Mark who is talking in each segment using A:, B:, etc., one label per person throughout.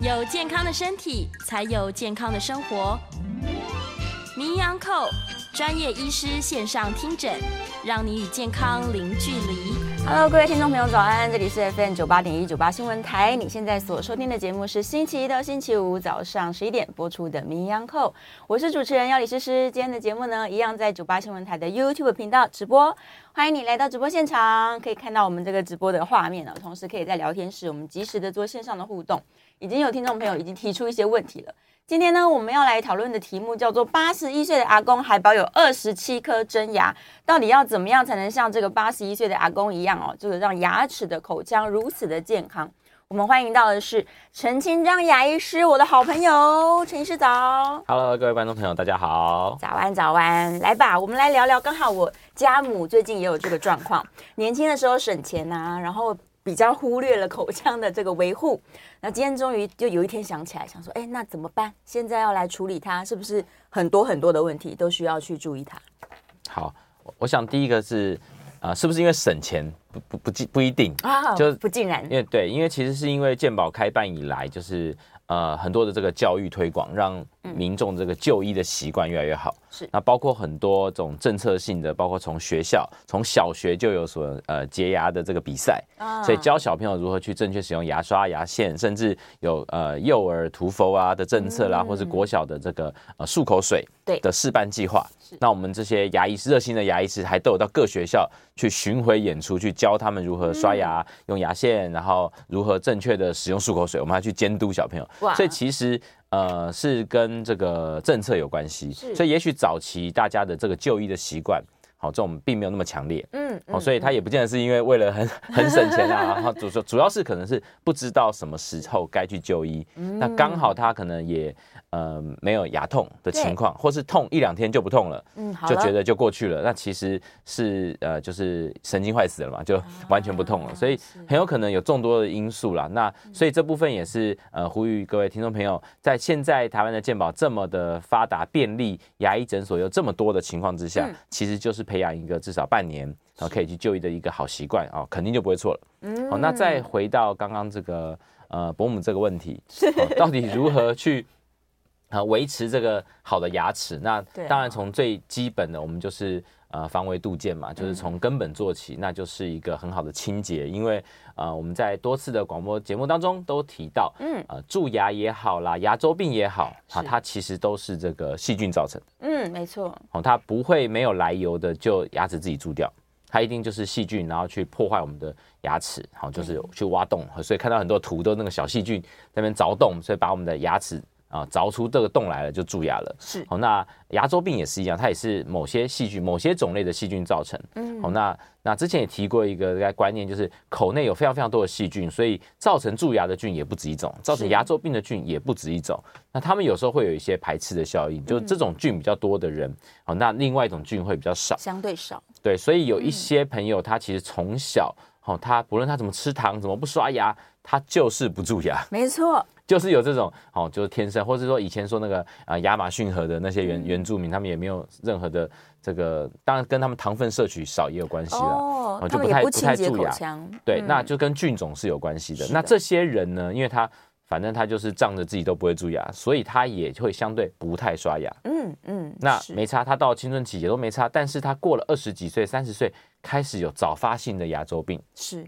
A: 有健康的身体，才有健康的生活。名医昂扣专业医师线上听诊，让你与健康零距离。
B: Hello，各位听众朋友，早安！这里是 FM 九八点一九八新闻台，你现在所收听的节目是星期一到星期五早上十一点播出的《名医央叩》，我是主持人要李诗诗。今天的节目呢，一样在九八新闻台的 YouTube 频道直播，欢迎你来到直播现场，可以看到我们这个直播的画面呢、哦同时可以在聊天室我们及时的做线上的互动。已经有听众朋友已经提出一些问题了。今天呢，我们要来讨论的题目叫做“八十一岁的阿公还保有二十七颗真牙”，到底要怎么样才能像这个八十一岁的阿公一样哦，就是让牙齿的口腔如此的健康？我们欢迎到的是陈清章牙医师，我的好朋友陈医师早。
C: Hello，各位观众朋友，大家好。
B: 早安，早安，来吧，我们来聊聊。刚好我家母最近也有这个状况，年轻的时候省钱呐、然后比较忽略了口腔的这个维护。那今天终于就有一天想起来，想说，哎，那怎么办？现在要来处理它，是不是很多很多的问题都需要去注意它？
C: 好，我我想第一个是，啊、是不是因为省钱？不不不记不一定，
B: 啊，
C: 就
B: 不尽然
C: 因，为对，因为其实是因为健保开办以来，就是呃很多的这个教育推广，让民众这个就医的习惯越来越好。
B: 是
C: 那包括很多种政策性的，包括从学校从小学就有所呃洁牙的这个比赛，
B: 啊
C: 所以教小朋友如何去正确使用牙刷、牙线，甚至有呃幼儿涂氟啊的政策啦，
B: 嗯
C: 或是国小的这个呃漱口水
B: 对
C: 的示范计划
B: 是。
C: 那我们这些牙医师热心的牙医师还都有到各学校去巡回演出，去教他们如何刷牙、
B: 嗯
C: 用牙线，然后如何正确的使用漱口水，我们还去监督小朋友
B: 哇。
C: 所以其实。呃，是跟这个政策有关系，
B: 是
C: 所以也许早期大家的这个就医的习惯，好、这种并没有那么强烈，
B: 嗯，
C: 哦，所以他
B: 也
C: 也不见得是因为为了很很省钱啊，然后主主主要是可能是不知道什么时候该去就医，那刚
B: 嗯
C: 好他可能也呃没有牙痛的
B: 对
C: 情况，或是痛一两天就不痛了。
B: 嗯好
C: 就
B: 了
C: 觉得就过去了，那其实是呃，就是神经坏死了嘛，
B: 啊
C: 就完全不痛了，所以很有可能有众多的因素啦。那
B: 嗯
C: 所以这部分也是呃，呼吁各位听众朋友，在现在台湾的健保这么的发达、便利，牙医诊所有这么多的情况之下，
B: 嗯
C: 其实就是培养一个至少半年。然后可以去就医的一个好习惯哦，肯定就不会错了。
B: 嗯
C: 好、那再回到刚刚这个呃伯母这个问题， 哦到底如何去啊维、持这个好的牙齿？那
B: 对啊
C: 当然从最基本的，我们就是呃防微杜渐嘛，
B: 嗯
C: 就是从根本做起，那就是一个很好的清洁。因为呃我们在多次的广播节目当中都提到，
B: 嗯
C: 呃蛀牙也好啦，牙周病也好啊，
B: 是
C: 它其实都是这个细菌造成的。
B: 嗯，没错，
C: 哦，它不会没有来由的就牙齿自己蛀掉，它一定就是细菌，然后去破坏我们的牙齿，好、就是去挖洞，所以看到很多图都那个小细菌在那边凿洞，所以把我们的牙齿啊凿出这个洞来了，就蛀牙了。
B: 是
C: 好、那牙周病也是一样，它也是某些细菌、某些种类的细菌造成。
B: 嗯
C: 好、那那之前也提过一个大概观念，就是口内有非常非常多的细菌，所以造成蛀牙的菌也不止一种，造成
B: 是
C: 牙周病的菌也不止一种。那他们有时候会有一些排斥的效应，
B: 嗯
C: 就是这种菌比较多的人，好、那另外一种菌会比较少。
B: 相对少，
C: 对，所以有一些朋
B: 嗯
C: 友他其实从小，哦，他不论他怎么吃糖，怎么不刷牙，他就是不蛀牙。
B: 没错，
C: 就是有这种哦，就是天生，或是说以前说那个啊亚马逊河的那些
B: 嗯
C: 原原住民，他们也没有任何的这个，当然跟他们糖分摄取少也有关系了。
B: 哦
C: 哦，
B: 他
C: 就
B: 们
C: 不
B: 也
C: 太
B: 不
C: 不
B: 清
C: 太
B: 洁
C: 蛀
B: 口
C: 牙
B: 腔，
C: 对，
B: 嗯
C: 那就跟菌种是有关系的。
B: 是的
C: 那这些人呢，因为他反正他就是仗着自己都不会蛀牙，所以他也会相对不太刷牙。
B: 嗯嗯，
C: 那
B: 是
C: 没差，他到青春期也都没差，但是他过了二十几岁、三十岁，开始有早发性的牙周病。
B: 是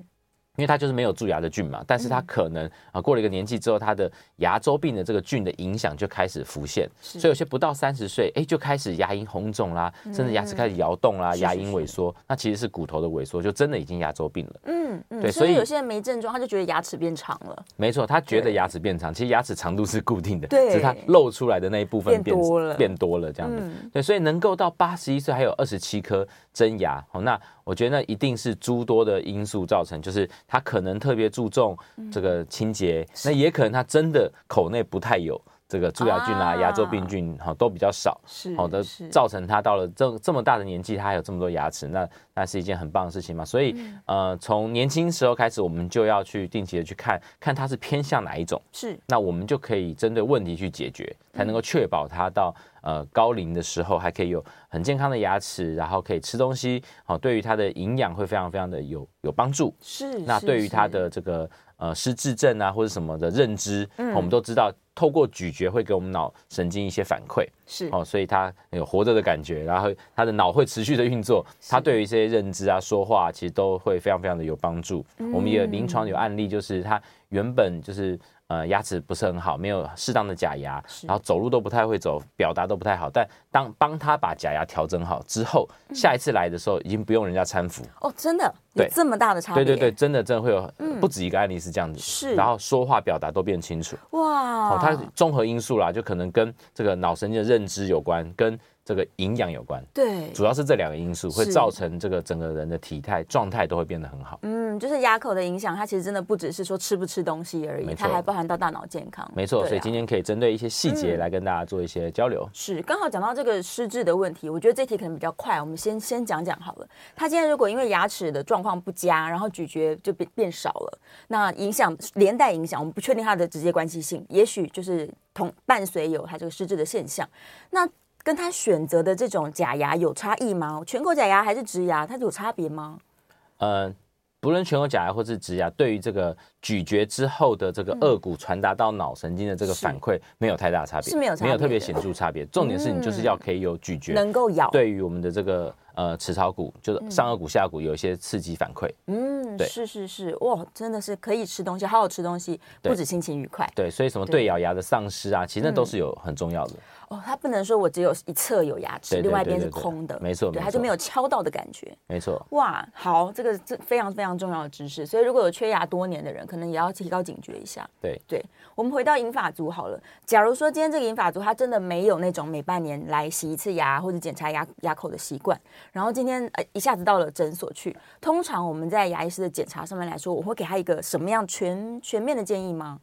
C: 因为它就是没有蛀牙的菌嘛，但
B: 嗯
C: 是它可能啊、呃过了一个年纪之后，它的牙周病的这个菌的影响就开始浮现，
B: 是嗯
C: 所以有些不到三十岁，哎，就开始牙龈红肿啦，甚至牙齿开始摇动啦，
B: 是
C: 牙
B: 是
C: 龈
B: 是
C: 萎缩，那其实是骨头的萎缩，就真的已经牙周病了。
B: 嗯嗯，
C: 对
B: 所以
C: 所以
B: 有些人没症状，他就觉得牙齿变长了，
C: 没错，他觉得
B: 对
C: 牙齿变长，其实牙齿长度是固定的，
B: 对
C: 只是它露出来的那一部分
B: 变多了
C: 变多了这样子。
B: 嗯
C: 对，所以能够到八十一岁还有二十七颗真牙，哦，那我觉得那一定是诸多的因素造成，就是他可能特别注重
B: 嗯
C: 这个清洁，那也可能他真的口内不太有这个蛀牙菌啊、
B: 啊
C: 牙周病菌，哈、都比较少。
B: 是
C: 好的
B: 是，
C: 造成他到了这这么大的年纪，他还有这么多牙齿，那那是一件很棒的事情嘛。所以，
B: 嗯
C: 呃，从年轻时候开始，我们就要去定期的去看看他是偏向哪一种，
B: 是
C: 那我们就可以针对问题去解决，
B: 嗯
C: 才能够确保他到呃高龄的时候还可以有很健康的牙齿，然后可以吃东西，好、对于他的营养会非常非常的有有帮助。
B: 是，
C: 那
B: 是
C: 对于他
B: 是
C: 的这个呃失智症啊或者什么的认知，
B: 嗯
C: 我们都知道透过咀嚼会给我们脑神经一些反馈。
B: 是
C: 哦，所以他有活着的感觉，然后他的脑会持续的运作，他对于一些认知啊、说话啊，其实都会非常非常的有帮助。
B: 嗯
C: 我们也临床有案例，就是他原本就是呃牙齿不是很好，没有适当的假牙，然后走路都不太会走，表达都不太好，但当帮他把假牙调整好之后，嗯下一次来的时候已经不用人家搀扶，
B: 哦，真的有
C: 对
B: 这么大的差别，
C: 对对对，，真的真的会有不止一个案例是这样子，
B: 是啊
C: 然后说话表达都变清楚。
B: 哇，
C: 哦，它综合因素啦，就可能跟这个脑神经的认知有关，跟这个营养有关，
B: 对，
C: 主要是这两个因素会
B: 是
C: 造成这个整个人的体态状态都会变得很好。
B: 嗯，就是牙口的影响，它其实真的不只是说吃不吃东西而已，
C: 没
B: 它
C: 错
B: 还包含到大脑健康，
C: 没错，
B: 对啊
C: 所以今天可以针对一些细节
B: 嗯
C: 来跟大家做一些交流。
B: 是，刚好讲到这个失智的问题，我觉得这题可能比较快，我们先先讲讲好了。他现在如果因为牙齿的状况不佳，然后咀嚼就变变少了，那影响连带影响，我们不确定它的直接关系性，也许就是同伴随有他这个失智的现象。那跟他选择的这种假牙有差异吗？全口假牙还是植牙，它有差别吗？
C: 呃，不论全口假牙或是植牙，对于这个咀嚼之后的这个颚骨传达到脑神经的这个
B: 嗯是
C: 反馈，没有太大差别，
B: 是没有差
C: 没有特
B: 别
C: 别
B: 的嗯
C: 显著差别。重点是你就是要可以有咀嚼，
B: 能够咬？，
C: 对于我们的这个呃齿槽骨，就是上颚骨、下颚骨有一些刺激反馈。
B: 嗯，
C: 对
B: 是是是，哇，真的是可以吃东西，好好吃东西，不
C: 对
B: 止心情愉快。
C: 对，所以什么
B: 对嗯
C: 对咬牙的丧失啊，其实那都是有很重要的。
B: 哦，它不能说我只有一侧有牙齿，
C: 对对
B: 另外一边
C: 对
B: 是
C: 对对
B: 空的，
C: 没错
B: 对，
C: 没
B: 它就
C: 错
B: 没有敲到的感觉。
C: 没错，
B: 哇，好，这个这非常非常重要的知识，所以如果有缺牙多年的人，可能也要提高警觉一下。
C: 对
B: 对，我们回到银发族好了。假如说今天这个银发族他真的没有那种每半年来洗一次牙或者检查牙牙口的习惯，然后今天呃一下子到了诊所去，通常我们在牙医师的检查上面来说，我会给他一个什么样全全面的建议吗？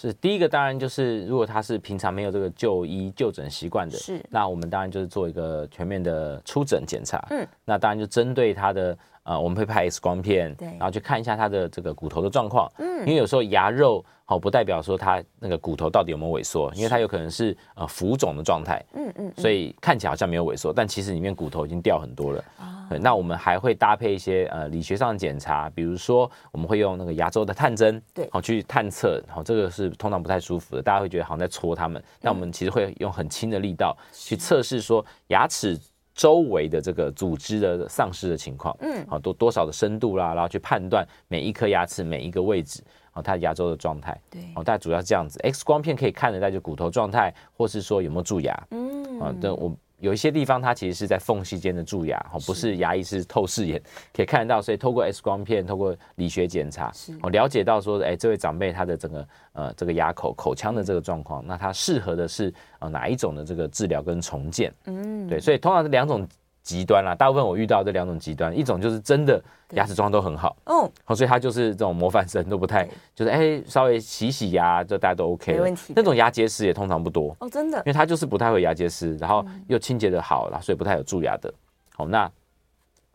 C: 是第一个，当然就是如果他是平常没有这个就医就诊习惯的，
B: 是
C: 那我们当然就是做一个全面的出诊检查。
B: 嗯，
C: 那当然就针对他的呃，我们会拍 X 光片，
B: 对
C: 然后去看一下他的这个骨头的状况。嗯，因为有时候牙肉哦不代表说他那个骨头到底有没有萎缩，因为它有可能是呃浮肿的状态。
B: 嗯嗯，
C: 所以看起来好像没有萎缩，但其实里面骨头已经掉很多了。
B: 哦
C: 对，那我们还会搭配一些呃理学上的检查，比如说我们会用那个牙周的探针，
B: 对
C: 好、去探测，好、这个是通常不太舒服的，大家会觉得好像在戳他
B: 嗯
C: 们，但我们其实会用很轻的力道去测试说牙齿。周围的这个组织的丧失的情况，嗯，好多多少的深度啦，然后去判断每一颗牙齿每一个位置，好它的牙周的状态，
B: 对
C: 哦，大概主要是这样子。X 光片可以看得到就骨头状态，或是说有没有蛀牙，
B: 嗯
C: 啊，但我有一些地方它其实是在缝隙间的蛀牙，哦，不是牙医是透视眼可以看得到，所以透过 X 光片，透过理学检查，我、了解到说，哎、这位长辈他的整个呃这个牙口口腔的这个状况，那他适合的是呃哪一种的这个治疗跟重建？嗯，对，所以通常是两种极端啦，大部分我遇到这两种极端，一种就是真的牙齿状况都很好。
B: 哦，
C: 哦，所以他就是这种模范生，都不太
B: 对
C: 就是哎、稍微洗洗牙，就大家都 OK
B: 没
C: 了
B: 问题的
C: 那种牙结石也通常不多，
B: 哦，真的
C: 因为它就是不太会牙结石，然后
B: 嗯
C: 又清洁的好，然后所以不太有蛀牙的。好，那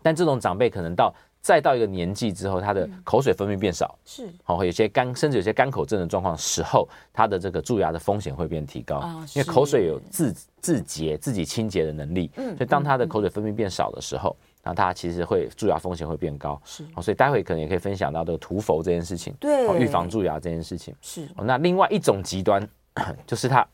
C: 但这种长辈可能到再到一个年纪之后，他的
B: 嗯
C: 口水分泌变少，
B: 是
C: 好、会有些干甚至有些干口症的状况时候，他的这个蛀牙的风险会变提高，
B: 啊
C: 因为口水有
B: 是
C: 自自洁、自己清洁的能力，
B: 嗯
C: 所以当他的口水分泌变少的时候，那他其实会蛀牙风险会变高。
B: 是
C: 哦，所以待会可能也可以分享到这个涂氟这件事情，
B: 对
C: 哦预防蛀牙这件事情。
B: 是
C: 哦，那另外一种极端 就是他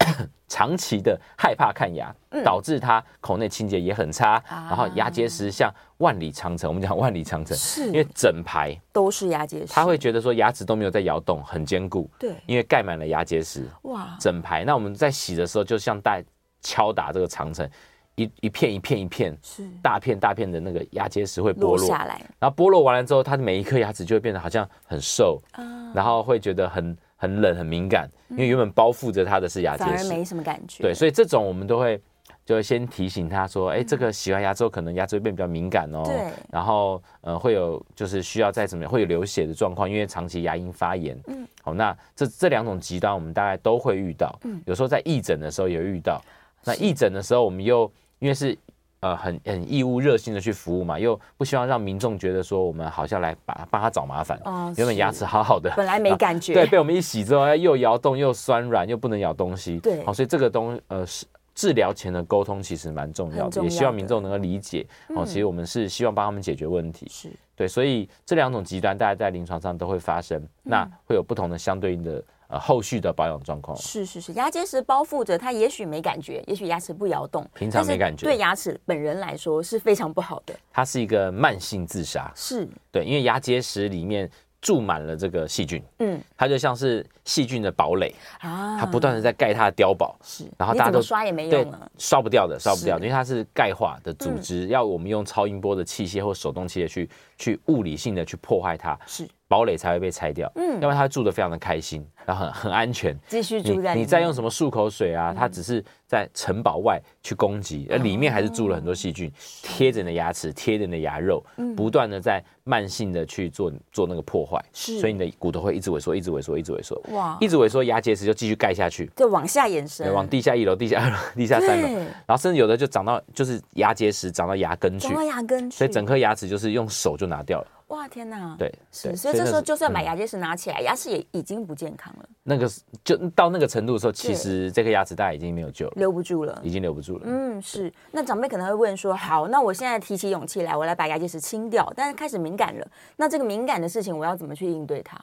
C: 长期的害怕看牙，
B: 嗯
C: 导致他口内清洁也很差，
B: 啊
C: 然后牙结石像万里长城，我们讲万里长城，
B: 是
C: 因为整排
B: 都是牙结石，
C: 他会觉得说牙齿都没有在摇动，很坚固，
B: 对
C: 因为盖满了牙结石，
B: 哇，
C: 整排。那我们在洗的时候，就像大敲打这个长城，一一片一片一片，
B: 是
C: 大片大片的那个牙结石会剥
B: 落
C: 落
B: 下来
C: 然后剥落完了之后，它的每一颗牙齿就会变得好像很瘦，
B: 啊
C: 然后会觉得很很冷、很敏感，因为原本包覆着它的是牙结
B: 反而
C: 石。
B: 没什么感觉，
C: 对，所以这种我们都会就会先提醒他说，哎，这个洗完牙之后，可能牙齿会变比较敏感哦。
B: 嗯对
C: 然后呃，会有就是需要再怎么样，会有流血的状况，因为长期牙龈发炎。嗯。好，那这这两种极端我们大概都会遇到。嗯。有时候在义诊的时候也会遇到。那义诊的时候，我们又因为是呃很很义务热心的去服务嘛，又不希望让民众觉得说我们好像来把帮他找麻烦。
B: 哦
C: 原本牙齿好好的，
B: 本来没感觉，
C: 啊对，被我们一洗之后，又摇动又酸软，又不能咬东西。
B: 对
C: 好、所以这个东呃是治疗前的沟通其实蛮重要
B: 很
C: 的，
B: 重
C: 也希
B: 要
C: 望
B: 的嗯
C: 民众能够理解。哦，其实我们是希望帮他们解决问题。
B: 是
C: 对，所以这两种极端大家在临床上都会发生，
B: 嗯
C: 那会有不同的相对应的呃后续的保养状况。
B: 是是是，牙结石包覆着，它也许没感觉，也许牙齿不摇动，
C: 平常
B: 但是
C: 没感觉
B: 对牙齿本人来说是非常不好的。
C: 它是一个慢性自杀，
B: 是，
C: 对，因为牙结石里面住满了这个细菌，
B: 嗯
C: 它就像是细菌的堡垒，
B: 啊，
C: 它不断的在盖它的碉堡。
B: 是，
C: 然后
B: 你
C: 大家
B: 怎么
C: 都
B: 刷也没
C: 对
B: 用啊，，
C: 烧不掉的，烧不掉的，
B: 是嗯
C: 因为它是钙化的组织，要我们用超音波的器械或手动器械去去物理性的去破坏它，
B: 是
C: 堡垒才会被拆掉。
B: 嗯
C: 嗯，要不然它会住的非常的开心，然后很很安全。
B: 继续住在里
C: 你你再
B: 面嗯
C: 用什么漱口水啊？它只是在城堡外去攻击，而里面还是住了很多细
B: 哦
C: 菌，贴着你的牙齿，贴着你的牙肉，
B: 嗯
C: 不断的在慢性的去做做那个破坏，
B: 是
C: 所以你的骨头会一直萎缩，一直萎缩，一直萎缩，
B: 哇，
C: 一直萎缩，牙结石就继续盖下去，
B: 就往下延
C: 对，
B: 伸，
C: 往地下一楼、地下二楼、地下三楼，
B: 对
C: 然后甚至有的就长到就是牙结石长到牙根去
B: 长，到牙根去，
C: 所以整颗牙齿就是用手就拿掉了。
B: 哇天哪，
C: 对，
B: 是，
C: 对
B: 所以这
C: 那
B: 时候
C: 是
B: 就算把
C: 嗯
B: 牙结石拿起来，牙齿也已经不健康了，
C: 那个是就到那个程度的时候，
B: 对
C: 其实这颗牙齿大概已经没有救了，
B: 留不住了
C: 已。经留不住了。
B: 嗯，是。那长辈可能会问说，好，那我现在提起勇气来，我来把牙结石清掉，但是开始敏感了，那这个敏感的事情我要怎么去应对它？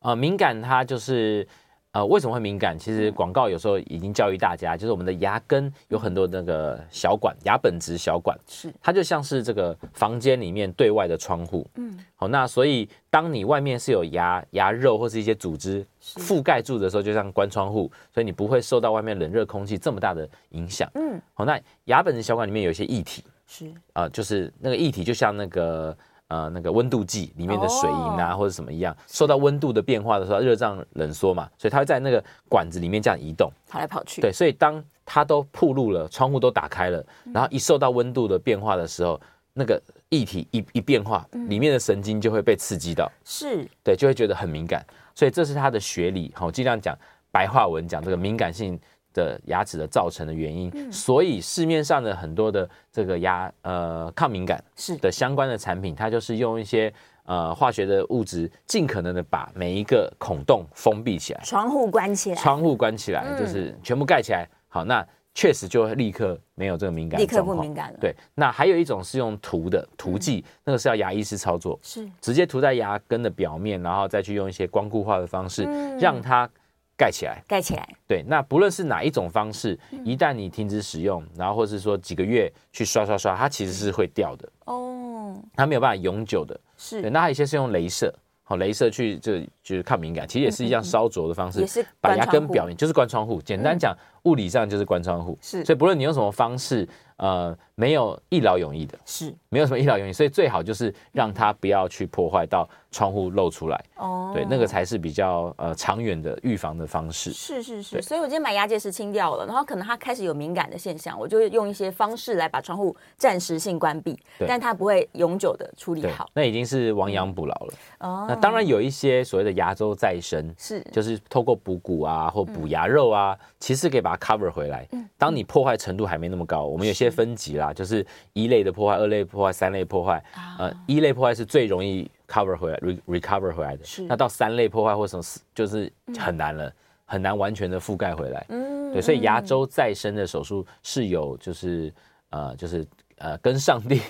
C: 呃，敏感它就是呃为什么会敏感？其实
B: 嗯
C: 广告有时候已经教育大家，就是我们的牙根有很多那个小管，牙本质小管，
B: 是
C: 它就像是这个房间里面对外的窗户。嗯，好，那所以当你外面是有牙牙肉或是一些组织覆盖住的时候，就像关窗户，所以你不会受到外面冷热空气这么大的影响。
B: 嗯
C: 嗯，好，那牙本质小管里面有一些液体，
B: 是，
C: 啊，就是那个液体就像那个呃那个温度计里面的水银啊、或者什么一样，受到温度的变化的时候，热胀冷缩嘛，所以它会在那个管子里面这样移动。
B: 跑来跑去。
C: 对，所以当它都暴露了，窗户都打开了，然后一受到温度的变化的时候，那个液体一一变化，里面的神经就会被刺激到，
B: 是
C: 对，就会觉得很敏感。所以这是它的学理，好，尽量讲白话文讲这个敏感性。的牙齿的造成的原因，所以市面上的很多的这个牙呃抗敏感
B: 是
C: 的相关的产品，它就是用一些呃化学的物质，尽可能的把每一个孔洞封闭起来，
B: 窗户关起来，嗯
C: 窗户关起来，就是全部盖起来。好，那确实就会立刻没有这个敏感
B: 立
C: 的
B: 刻
C: 状
B: 不
C: 况，
B: 敏感了。，嗯
C: 对，那还有一种是用涂的涂剂，那个是要牙医师操作，
B: 是
C: 直接涂在牙根的表面，然后再去用一些光固化的方式、
B: 嗯
C: 让它盖起来。
B: 盖起来，
C: 对，那不论是哪一种方式，
B: 嗯
C: 一旦你停止使用，然后或是说几个月去刷刷刷，它其实是会掉的，
B: 哦，
C: 它没有办法永久的。对，
B: 是
C: 那还有一些是用镭射，好，镭射去就就是抗敏感，其实也是一样烧灼的方
B: 嗯
C: 式，
B: 也是
C: 把
B: 关
C: 牙根
B: 窗户嗯
C: 表面就是关窗户，简单讲，物理上就是关窗户。
B: 是
C: 所以不论你用什么方式，呃，没有一劳永逸的，
B: 是
C: 没有什么一劳永逸，所以最好就是让它不要去破坏到窗户露出来，
B: 哦，
C: 对，那个才是比较呃长远的预防的方式。
B: 是是是。
C: 对
B: 所以我今天把牙结石清掉了，然后可能它开始有敏感的现象，我就会用一些方式来把窗户暂时性关闭，
C: 对
B: 但它不会永久的处理
C: 对
B: 好，。
C: 那已经是亡羊补牢了。
B: 哦
C: 那当然有一些所谓的牙周再生，
B: 是
C: 就是透过补骨啊或
B: 嗯
C: 补牙肉啊，其实可以把它 cover 回来。当你破坏程度还没那么高，我们有些分级啦，就是一类的破坏、二类破坏、三类破坏。
B: 啊
C: 呃，一类破坏是最容易 cover 回来、re recover 回来的
B: 是。
C: 那到三类破坏或什么，就是很难了，很难完全的覆盖回来。
B: 嗯
C: 对，所以牙周再生的手术是有就是呃就是呃跟上帝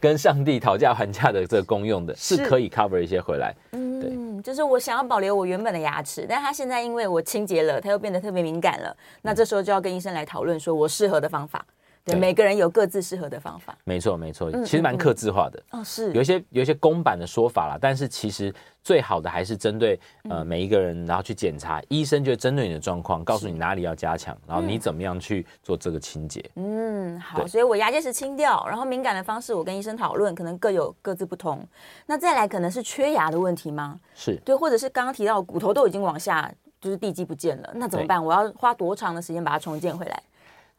C: 跟上帝讨价还价的这个功用的，是
B: 是
C: 可以 cover 一些回来。对
B: 嗯，就是我想要保留我原本的牙齿，但它现在因为我清洁了，它又变得特别敏感了。那这时候就要跟医生来讨论，说我适合的方法。对，
C: 嗯对
B: 每个人有各自适合的方法。
C: 没错没错，
B: 嗯
C: 其实蛮
B: 嗯
C: 克制化的。
B: 哦，是
C: 有一些有一些公版的说法啦，但是其实最好的还是针对
B: 嗯
C: 呃每一个人，然后去检查，医生就会针对你的状况，告诉你哪里要加强，然后你怎么样去做这个清洁。
B: 嗯，好，
C: 对
B: 所以我牙结石清掉，然后敏感的方式我跟医生讨论，可能各有各自不同。那再来可能是缺牙的问题吗？
C: 是
B: 对，或者是刚刚提到骨头都已经往下，就是地基不见了，那怎么
C: 对
B: 办？我要花多长的时间把它重建回来？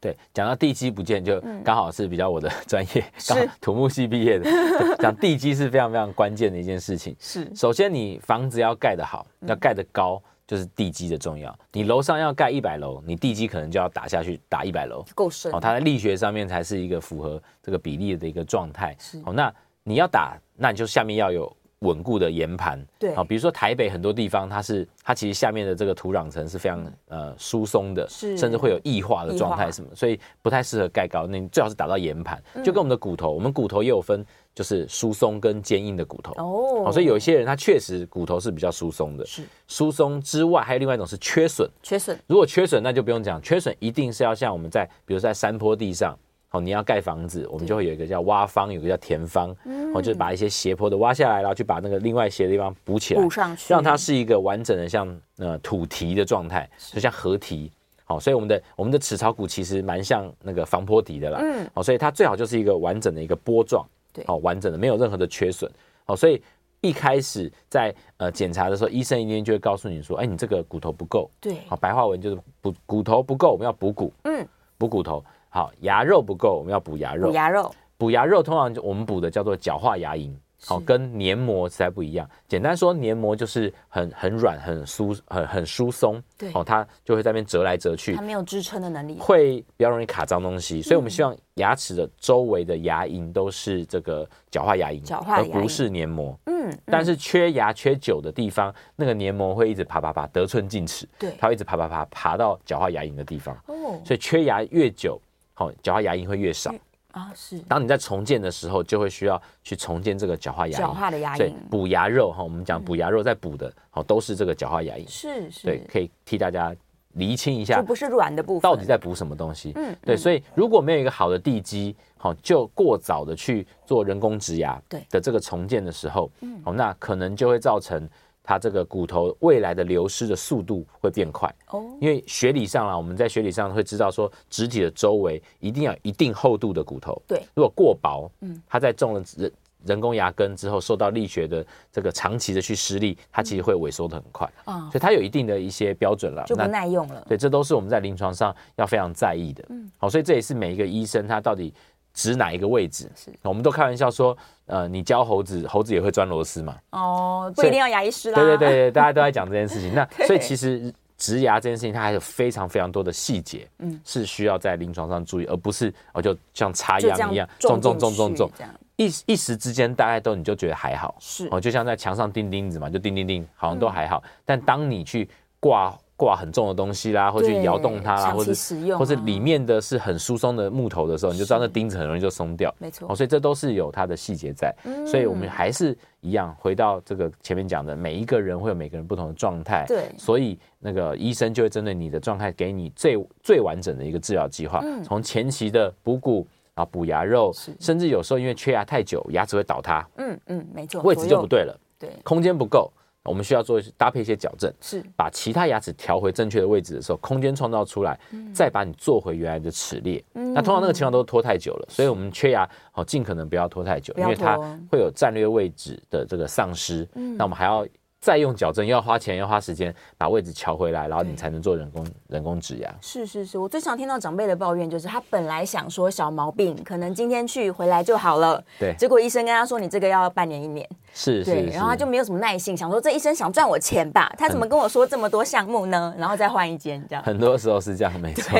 C: 对，讲到地基不见，就刚好是比较我的 专业，刚
B: 嗯是
C: 好土木系毕业的， 对讲地基是非常非常关键的一件事情。
B: 是
C: 首先，你房子要盖得好，
B: 嗯
C: 要盖得高，就是地基的重要。你楼上要盖一百楼，你地基可能就要打下去打一百楼，
B: 够深
C: 哦，它在力学上面才是一个符合这个比例的一个状态
B: 是。
C: 哦，那你要打，那你就下面要有稳固的岩盘。
B: 对
C: 哦，比如说台北很多地方，它是它其实下面的这个土壤层是非常呃疏松的，
B: 是
C: 甚至会有异化的状
B: 异化
C: 态什么，所以不太适合盖高。那你最好是打到岩盘，
B: 嗯
C: 就跟我们的骨头，我们骨头也有分，就是疏松跟坚硬的骨头。
B: 哦
C: 哦，所以有一些人他确实骨头是比较疏松的，
B: 是
C: 疏松之外，还有另外一种是缺损。
B: 缺损
C: 如果缺损，那就不用讲，缺损一定是要像我们在，比如说在山坡地上，哦，你要盖房子，我们就会有一个叫挖方，有一个叫填方，
B: 嗯
C: 哦，就是把一些斜坡的挖下来，然后去把那个另外斜的地方补起来，
B: 补上去，
C: 让它是一个完整的像呃土堤的状态，就像河堤。好、所以我们的我们的齿槽骨其实蛮像那个防坡堤的啦。
B: 嗯
C: 好、所以它最好就是一个完整的一个波状，
B: 对
C: 好、完整的，没有任何的缺损。好、所以一开始在呃检查的时候，医生一定就会告诉你说，哎，你这个骨头不够。
B: 对
C: 好、白话文就是补骨头不够，我们要补骨，
B: 嗯，
C: 补骨头。好，牙肉不够，我们要补牙肉
B: 补。牙肉
C: 补牙肉通常就我们补的叫做角化牙龈，好、跟黏膜实在不一样。简单说，黏膜就是很很软、很疏、很很疏松，
B: 对
C: 哦，它就会在那边折来折去
B: 它，嗯没有支撑的能力，
C: 会比较容易卡脏东西。所以我们希望牙齿的周围的牙龈都是这个角化牙龈，
B: 角化
C: 而
B: 牙龈
C: 不是黏膜。
B: 嗯，
C: 但
B: 嗯
C: 是缺牙缺久的地方，那个黏膜会一直爬爬爬，得寸进尺，
B: 对
C: 它会一直爬爬爬，爬到角化牙龈的地方。
B: 哦
C: 所以缺牙越久，好、角化牙龈会越少。
B: 啊是
C: 当你在重建的时候，就会需要去重建这个角化牙龈，
B: 角化的牙
C: 所以
B: 龈嗯
C: 补牙肉哈，我们讲补牙肉在补的，好、都是这个角化牙龈，
B: 是是，
C: 对，可以替大家厘清一
B: 就
C: 下
B: 不是软的部分，
C: 到底在补什么东西。
B: 嗯
C: 对，
B: 嗯
C: 所以如果没有一个好的地基，好、就过早的去做人工植牙
B: 对嗯
C: 的这个重建的时候，哦，那可能就会造成它这个骨头未来的流失的速度会变快。
B: 哦
C: 因为学理上啦，我们在学理上会知道说，肢体的周围一定要有一定厚度的骨头。
B: 对
C: 如果过薄，嗯，它在中了人人工牙根之后，受到力学的这个长期的去施力，它其实会萎缩的很快。
B: 啊
C: 所以它有一定的一些标准了。
B: 就不
C: 那
B: 耐用了，
C: 对，这都是我们在临床上要非常在意的。嗯，好，所以这也是每一个医生他到底指哪一个位置。
B: 是
C: 我们都开玩笑说，呃，你教猴子，猴子也会钻螺丝嘛。
B: 哦不
C: 所以
B: 一定要牙医师啦，
C: 对对对对，大家都在讲这件事 情。那
B: 对
C: 所以其实植牙这件事情，它还有非常非常多的细节，嗯，是需要在临床上注意，而不是哦就像插
B: 就这
C: 秧
B: 样
C: 一样
B: 种
C: 种种种种种，
B: 这样
C: 一一时之间大概都你就觉得还好，
B: 是
C: 哦，就像在墙上钉钉子嘛，就钉钉钉，好
B: 嗯
C: 像都还好。但当你去挂挂很重的东西啦，或去摇动它啦，
B: 长
C: 或
B: 期
C: 者
B: 使用啊
C: 或者里面的是很疏松的木头的时候，你就知道那钉子很容易就松掉。
B: 没错
C: 哦，所以这都是有它的细节在。嗯所以我们还是一样，回到这个前面讲的，每一个人会有每个人不同的状态。
B: 对
C: 所以那个医生就会针对你的状态，给你最最完整的一个治疗计划，
B: 嗯
C: 从前期的补骨。啊，补牙肉，甚至有时候因为缺牙太久，牙齿会倒塌，
B: 嗯嗯没错，
C: 位置
B: 左
C: 就
B: 右
C: 不对了，
B: 对
C: 空间不够，我们需要做搭配一些矫正，
B: 是
C: 把其他牙齿调回正确的位置的时候，空间创造出来，
B: 嗯
C: 再把你做回原来的齿列。那通常那个情况都拖太久了，所以我们缺牙哦，尽可能不要拖太久，
B: 不
C: 因
B: 要
C: 为它
B: 拖
C: 会有战略位置的这个丧失。
B: 嗯
C: 那我们还要。再用矫正，又要花钱，又要花时间，把位置调回来，然后你才能做人工人工植牙。
B: 是是是，我最常听到长辈的抱怨就是，他本来想说小毛病，可能今天去回来就好了，
C: 对
B: 结果医生跟他说你这个要半年一年，
C: 是是
B: 对，
C: 是。嗯
B: 然后他就没有什么耐性，想说这医生想赚我钱吧，他怎么跟我说这么多项目呢？然后再换一间这样。
C: 很多时候是这样，没错。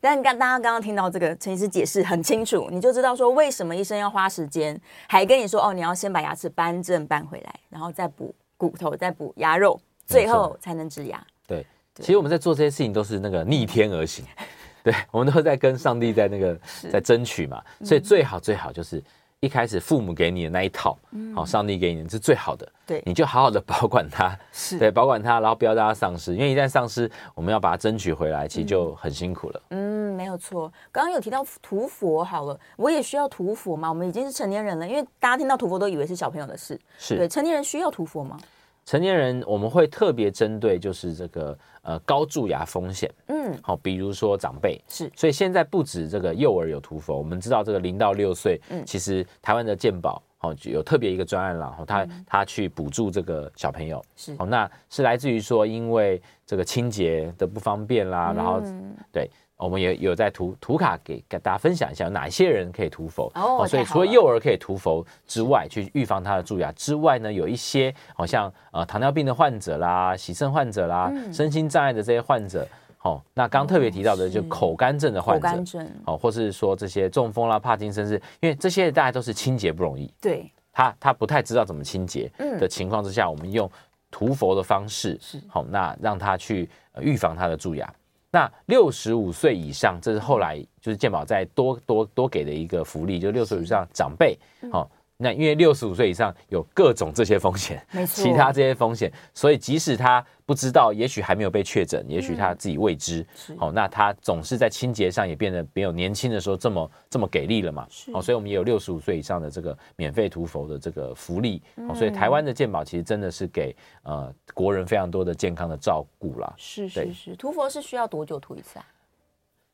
B: 但刚大家刚刚听到这个陈医师解释很清楚，你就知道说为什么医生要花时间，还跟你说哦，你要先把牙齿扳正扳回来，然后再补骨头，再补牙肉，最后才能植牙。
C: 对，其实我们在做这些事情都是那个逆天而 行，
B: 嗯
C: 对，我们都在跟上帝在那个在争取嘛，所以最好最好就是一开始父母给你的那一套，
B: 嗯
C: 好，上帝给你的是最好的，
B: 对
C: 你就好好的保管它，
B: 是
C: 对，保管它，然后不要让它丧失，因为一旦丧失，我们要把它争取回来，其实就很辛苦了。
B: 嗯，没有错。刚刚有提到涂佛，好了，我也需要涂佛嘛？我们已经是成年人了，因为大家听到涂佛都以为是小朋友的事。对，
C: 是
B: 成年人需要涂佛吗？
C: 成年人，我们会特别针对就是这个呃高蛀牙风险，
B: 嗯，
C: 好，比如说长辈，
B: 是
C: 所以现在不止这个幼儿有涂氟，我们知道这个零到六岁，
B: 嗯
C: 其实台湾的健保哦就有特别一个专案啦，然后他
B: 嗯
C: 他去补助这个小朋友，
B: 是
C: 哦，那是来自于说因为这个清洁的不方便啦，然后
B: 嗯
C: 对。我们也有在涂涂卡给给大家分享一下，有哪些人可以涂氟
B: 哦
C: 所
B: 太
C: 以
B: 好
C: 除了
B: 了
C: 幼儿可以涂氟之外，去预防他的蛀牙之外呢，有一些好像呃糖尿病的患者啦、洗肾患者啦、
B: 嗯
C: 身心障碍的这些患者，哦，那刚特别提到的就是口干症的
B: 口
C: 患者，
B: 干症，
C: 哦，或是说这些中风啦、帕金森氏，因为这些大家都是清洁不容易，
B: 对，
C: 他他不太知道怎么清洁
B: 嗯
C: 的情况之下，我们用涂氟的方式，好、那让他去呃预防他的蛀牙。那六十五岁以上，这是后来就是健保再多多多给的一个福利，就是六十五以上长辈，
B: 嗯
C: 好、那因为六十五岁以上有各种这些风险，
B: 没错。
C: 其他这些风险，所以即使他不知道，也许还没有被确诊，也许
B: 嗯
C: 他自己未知，
B: 是
C: 哦，那他总是在清洁上也变得没有年轻的时候这么这么给力了嘛，
B: 是
C: 哦，所以我们也有六十五岁以上的这个免费涂氟的这个福利，哦，所以台湾的健保其实真的是给呃国人非常多的健康的照顾啦，
B: 是是
C: 对
B: 是，涂佛是需要多久涂一次啊？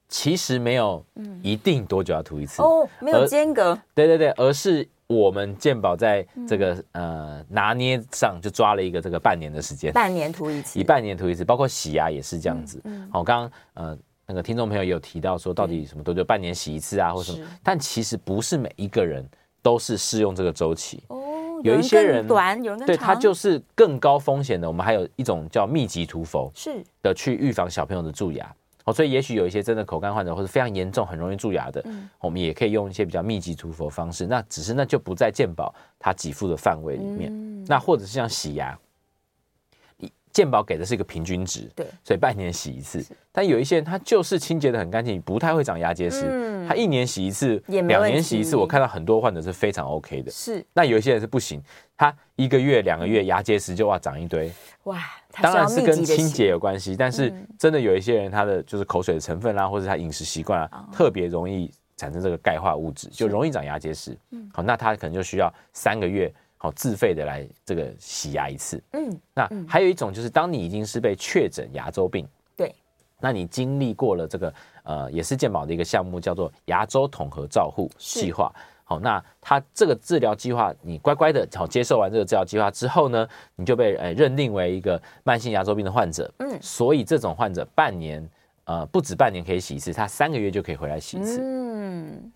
C: 其实没有一定多久要涂一次，
B: 嗯哦，没有
C: 而
B: 间隔，
C: 对对对，而是我们健保在这个、呃拿捏上就抓了一个这个半年的时间。
B: 嗯半年涂一次
C: 以。半年涂一次，包括洗牙也是这样子。
B: 嗯嗯
C: 好、刚刚呃那个听众朋友也有提到说，到底什么多久半年洗一次啊，或什
B: 是
C: 么？但其实不是每一个人都是适用这个周期。
B: 哦，
C: 有一些
B: 更
C: 人
B: 短，有人更
C: 对，
B: 长，
C: 它就是更高风险的。我们还有一种叫密集涂氟
B: 是
C: 的，去预防小朋友的蛀牙。哦，所以也许有一些真的口干患者，或者非常严重、很容易蛀牙的，
B: 嗯
C: 我们也可以用一些比较密集涂氟方式。那只是那就不在健保它给付的范围里面。
B: 嗯
C: 那或者是像洗牙，你健保给的是一个平均值，
B: 对，
C: 所以半年洗一次。但有一些人他就是清洁的很干净，不太会长牙结石，
B: 嗯
C: 他一年洗一次，
B: 也没
C: 两
B: 问
C: 年洗一
B: 题
C: 次，我看到很多患者是非常 OK 的。
B: 是
C: 那有一些人是不行，他一个月、两个月牙结石就哇长一堆，
B: 哇，它
C: 当
B: 需要
C: 然是
B: 密
C: 跟
B: 集的
C: 清
B: 洗嗯
C: 洁有关系，但是真的有一些人他的就是口水的成分啦、或者他饮食习
B: 哦
C: 惯啊，特别容易产生这个钙化物质，就容易长牙结石。
B: 嗯
C: 好，那他可能就需要三个月好自费的来这个洗牙一次。
B: 嗯，
C: 那还有一种就是，当你已经是被确诊牙周病，
B: 对，
C: 那你经历过了这个呃，也是健保的一个项目，叫做牙周统合照护
B: 是
C: 计划。好，那它这个治疗计划，你乖乖的好接受完这个治疗计划之后呢，你就被呃认定为一个慢性牙周病的患者。
B: 嗯
C: 所以这种患者半年呃不止半年可以洗一次，他三个月就可以回来洗一次。
B: 嗯，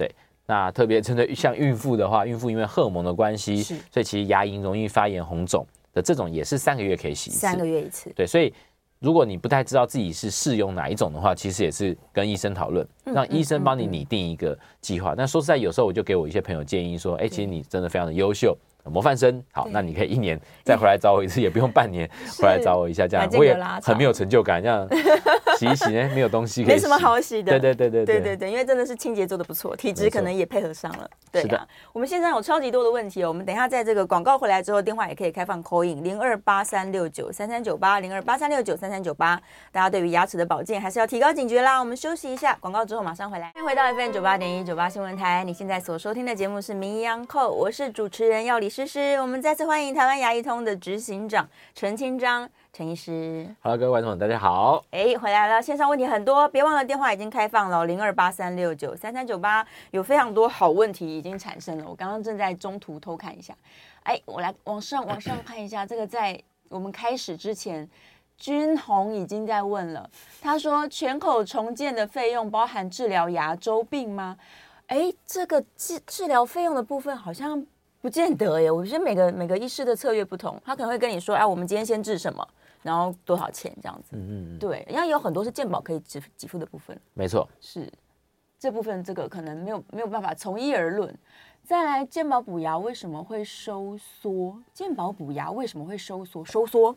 C: 那特别针对像孕妇的话，孕妇因为荷尔蒙的关系，
B: 是
C: 所以其实牙龈容易发炎红肿的这种也是三个月可以洗一次。
B: 三个月一次，
C: 对，所以如果你不太知道自己是适用哪一种的话，其实也是跟医生讨论，
B: 嗯
C: 让医生帮你拟定一个计划。那说实在，有时候我就给我一些朋友建议说，哎，其实你真的非常的优秀。模范生，好，那你可以一年再回来找我一 次，也不用半年回来找我一下，这样
B: 来间
C: 我也
B: 隔拉
C: 很
B: 长
C: 没有成就感。这样洗一洗 呢，没有东西可
B: 没
C: 以洗，
B: 什么好洗的。
C: 对对对对
B: 对对对，因为真的是清洁做的不错，体质
C: 没错
B: 可能也配合上了。对
C: 是
B: 啊
C: 的，
B: 我们现在有超级多的问题哦，我们等一下在这个广告回来之后，电话也可以开放 call in 零二八三六九三三九八零二八三六九三三九八。大家对于牙齿的保健还是要提高警觉啦。我们休息一下，广告之后马上回来。欢迎回到 FM 九八点一九八新闻台，你现在所收听的节目是《名医央叩》，我是主持人药理诗诗。我们再次欢迎台湾牙医通的执行长陈清章陈医师。
C: Hello，各位观众，大家好。
B: 哎，回来了，线上问题很多，别忘了电话已经开放了，零二八三六九三三九八，有非常多好问题已经产生了。我刚刚正在中途偷看一下，哎，我来往上往上看一下，这个在我们开始之前，君红已经在问了，他说全口重建的费用包含治疗牙周病吗？哎，这个治治疗费用的部分好像不见得耶，我觉得每个每个医师的策略不同，他可能会跟你说，哎，我们今天先治什么，然后多少钱这样子。
C: 嗯嗯，嗯，
B: 对，因为有很多是健保可以支付给付的部分，
C: 没错，
B: 是这部分这个可能没有没有办法从一而论。再来，健保补牙为什么会收缩？健保补牙为什么会收缩？收缩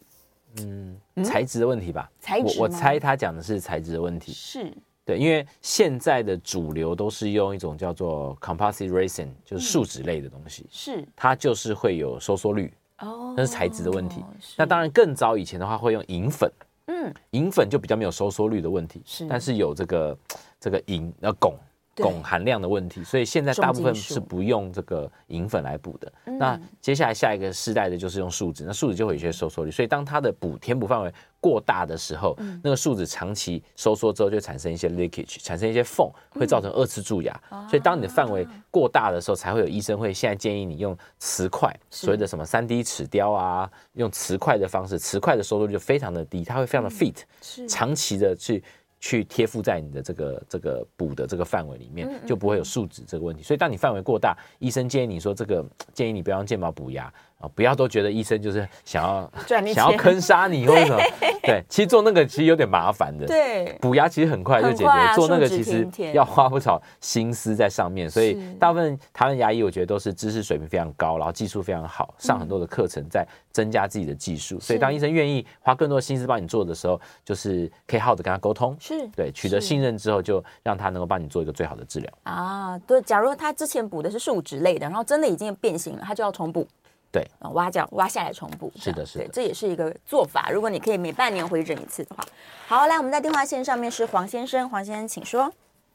C: 材质的问题吧。
B: 材质
C: 我我
B: 嗯哎吗
C: 猜他讲的是材质的问题。
B: 是
C: 对，因为现在的主流都是用一种叫做 composite resin，就是树脂类的东西，
B: 是
C: 它就是会有收缩率，
B: 哦，
C: 那是材质的问题。
B: 是
C: 那当然，更早以前的话会用银粉，
B: 嗯，
C: 银粉就比较没有收缩率的问题，
B: 是
C: 但是有这个这个银呃汞
B: 对
C: 汞含量的问题，所以现在大部
B: 重
C: 分
B: 金属
C: 是不用这个银粉来补的。
B: 嗯
C: 那接下来下一个世代的就是用树脂，那树脂就会有一些收缩率，所以当它的补填补范围过大的时候，
B: 嗯
C: 那个树脂长期收缩之后就会产生一些 leakage，产生一些缝，会造成二次蛀牙。
B: 嗯
C: 所以当你的范
B: 啊
C: 围过大的时候，才会有医生会现在建议你用瓷块，所
B: 嗯
C: 谓的什么三 D 齿雕啊，用瓷块的方式，瓷块的收缩率就非常的低，它会非常
B: 嗯
C: 的 fit，、
B: 是
C: 长期的去去贴附在你的这个这个补的这个范围里面，
B: 嗯
C: 就不会有树脂这个问题。所以当你范围过大，医生建议你说这个建议你不要用健保补牙啊，不要都觉得医生就是 想要
B: 赚你
C: 想要
B: 钱
C: 坑杀你或者什 么，对，其实做那个其实有点麻烦的，
B: 对，
C: 补牙其实很快就解
B: 很
C: 决，
B: 快啊
C: 做那个
B: 树脂
C: 其实
B: 平填
C: 要花不少心思在上面，所以
B: 是
C: 大部分台湾牙医我觉得都是知识水平非常高，然后技术非常好，上很多的课程在增加自己的技术，所以当医生愿意花更多的心思帮你做的时候，就是可以好好的跟他沟通，
B: 是
C: 对，取得
B: 是
C: 信任之后，就让他能够帮你做一个最好的治疗。
B: 啊，对，假如他之前补的是树脂类的，然后真的已经变形了，他就要重补。
C: 对
B: 啊，挖角挖下来重补，
C: 是的
B: 这样
C: 是的
B: 对，这也是一个做法。如果你可以每半年回诊一次的话，好，来，我们在电话线上面是黄先生，黄先生请说。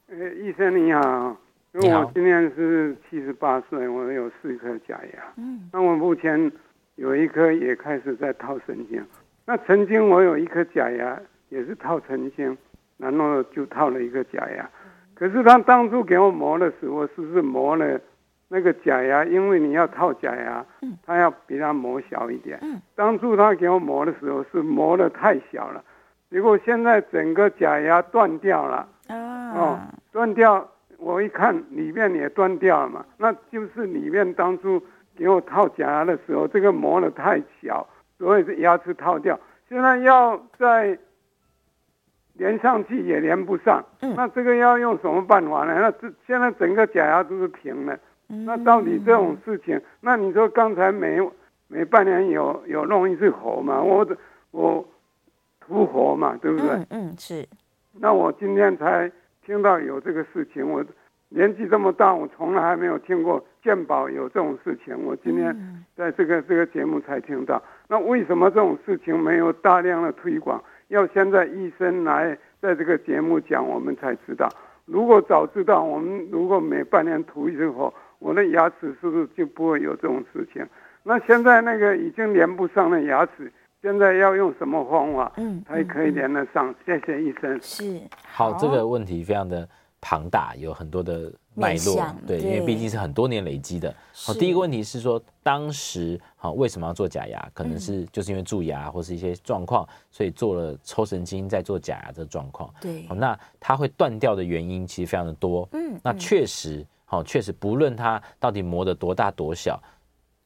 D: 呃，医生你好，因
C: 你
D: 为
C: 好
D: 我今年是七十八岁，我有四颗假牙。嗯，那我目前有一颗也开始在套神经。那曾经我有一颗假牙也是套神经，然后就套了一个假牙。可是他当初给我磨的时候，是不是磨了那个假牙？因为你要套假牙，他要比它磨小一点。嗯，当初他给我磨的时候是磨的太小了，结果现在整个假牙断掉了。哦
B: 啊，，
D: 断掉，我一看里面也断掉了嘛，那就是里面当初给我套假牙的时候，这个磨的太小，所以是牙齿套掉，现在要再连上去也连不上，
B: 嗯
D: 那这个要用什么办法呢？那这现在整个假牙都是平的，那到底这种事情，那你说刚才每每半年有有弄一次活嘛，我我图活嘛，对不对？
B: 嗯嗯是
D: 那我今天才听到有这个事情，我年纪这么大，我从来还没有听过鉴宝有这种事情。我今天在这个这个节目才听到。那为什么这种事情没有大量的推广？要现在医生来在这个节目讲，我们才知道。如果早知道，我们如果每半年涂一次后，我的牙齿是不是就不会有这种事情？那现在那个已经连不上的牙齿，现在要用什么方法
B: 嗯
D: 才可以连得上？谢谢医生。
B: 是哦
C: 好，这个问题非常的庞大，有很多的脉
B: 面
C: 络
B: 向，
C: 对，因为
B: 对
C: 毕竟是很多年累积的。好，
B: 是
C: 第一个问题是说，当时好为什么要做假牙？可能
B: 嗯
C: 是就是因为蛀牙或是一些状况，所以做了抽神经再做假牙的状况。
B: 对
C: 好，那它会断掉的原因其实非常的多。
B: 嗯
C: 那确实，好，确实不论它到底磨得多大多小。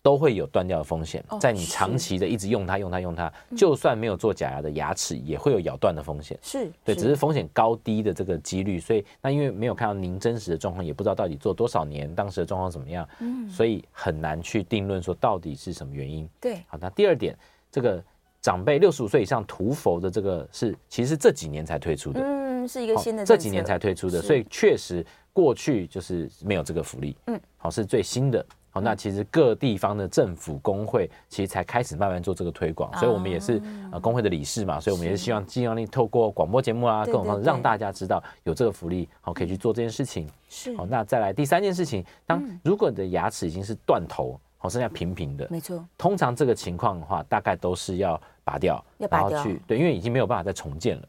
C: 都会有断掉的风险，
B: 哦
C: 在你长期的一直用它、用它、用它，
B: 嗯
C: 就算没有做假牙的牙齿也会有咬断的风险。
B: 是
C: 对，只是风险高低的这个几率，所以那因为没有看到您真实的状况，也不知道到底做多少年，当时的状况怎么样，所以很难去定论说到底是什么原因。
B: 对
C: 好，那第二点，这个长辈六十五岁以上涂氟的这个是，其实是这几年才推出的，
B: 嗯是一个
C: 好
B: 新的
C: 这
B: 政
C: 几年
B: 策
C: 才推出的，
B: 是
C: 所以确实过去就是没有这个福利，
B: 嗯，
C: 好是最新的。好，那其实各地方的政府工会其实才开始慢慢做这个推
B: 啊
C: 广，所以我们也是呃工会的理事嘛，所以我们也是希望尽量力透过广播节目啊
B: 对
C: 各种方式
B: 对
C: 让
B: 对嗯
C: 大家知道有这个福利，好可以去做这件事情。
B: 是
C: 好，那再来第三件事情，当
B: 嗯
C: 如果你的牙齿已经是断头，好剩下平平的，
B: 没错
C: 通常这个情况的话，大概都是要拔掉，
B: 要拔掉嗯
C: 然后去对，因为已经没有办法再重建了，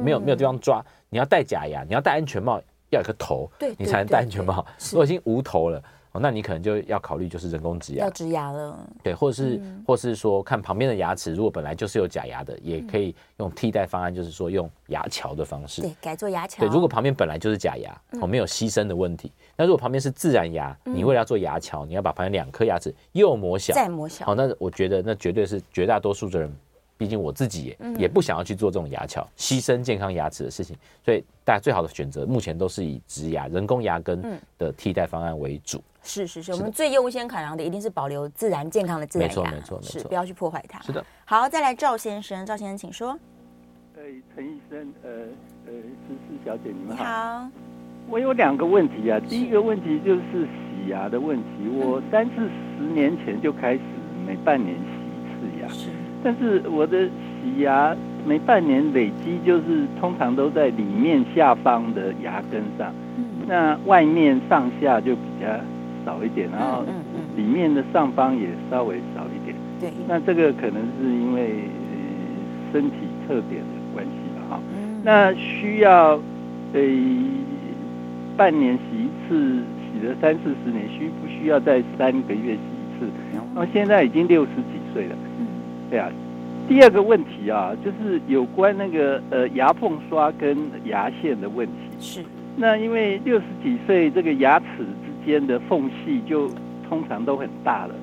C: 没有没有地方抓，你要戴假牙，你要戴安全帽，要有个头，
B: 对
C: 你
B: 对
C: 才能
B: 对
C: 戴安全帽。
B: 是
C: 如果已经无头了，哦，那你可能就要考虑就是人工植牙
B: 要，嗯植牙了
C: 对，或者是、或是说看旁边的牙齿，如果本来就是有假牙的，也可以用替代方案，就是说用牙桥的方式。
B: 对嗯改做牙桥
C: 对，如果旁边本来就是假牙，哦，没有牺牲的问题。那如果旁边是自然牙，你为了要做牙桥，你要把旁边两颗牙齿又磨小，
B: 嗯再磨小
C: 好，那我觉得那绝对是绝大多数的人，毕竟我自己也、
B: 嗯
C: 也不想要去做这种牙桥，牺牲健康牙齿的事情。所以大家最好的选择，目前都是以植牙、人工牙
B: 嗯
C: 根的替代方案为主。
B: 是是是，我们最优先考量的一定是保留自然健康的自然
C: 没错
B: 牙，
C: 没错没
B: 是
C: 错
B: 不要去破坏它。
C: 是的，
B: 好，再来赵先生，赵先生请说。
E: 哎，陈医生，呃呃，思思小姐，你
B: 你
E: 们好。
B: 好，
E: 我有两个问题啊，第一个问题就是洗牙的问题，我三四十年前就开始每半年洗一次牙，
B: 是
E: 但是我的洗牙每半年累积就是通常都在里面下方的牙根上，
B: 嗯
E: 那外面上下就比较少一点，然后
B: 嗯嗯
E: 里面的上方也稍微少一点。
B: 嗯，对，
E: 那这个可能是因为、呃、身体特点的关系吧，哈。
B: 嗯
E: 那需要呃半年洗一次，洗了三四十年，需不需要再三个月洗一次？那么现在已经六十几岁了，
B: 嗯
E: 对啊。第二个问题啊，就是有关那个呃牙缝刷跟牙线的问题。
B: 是
E: 那因为六十几岁，这个牙齿之间的缝隙就通常都很大了，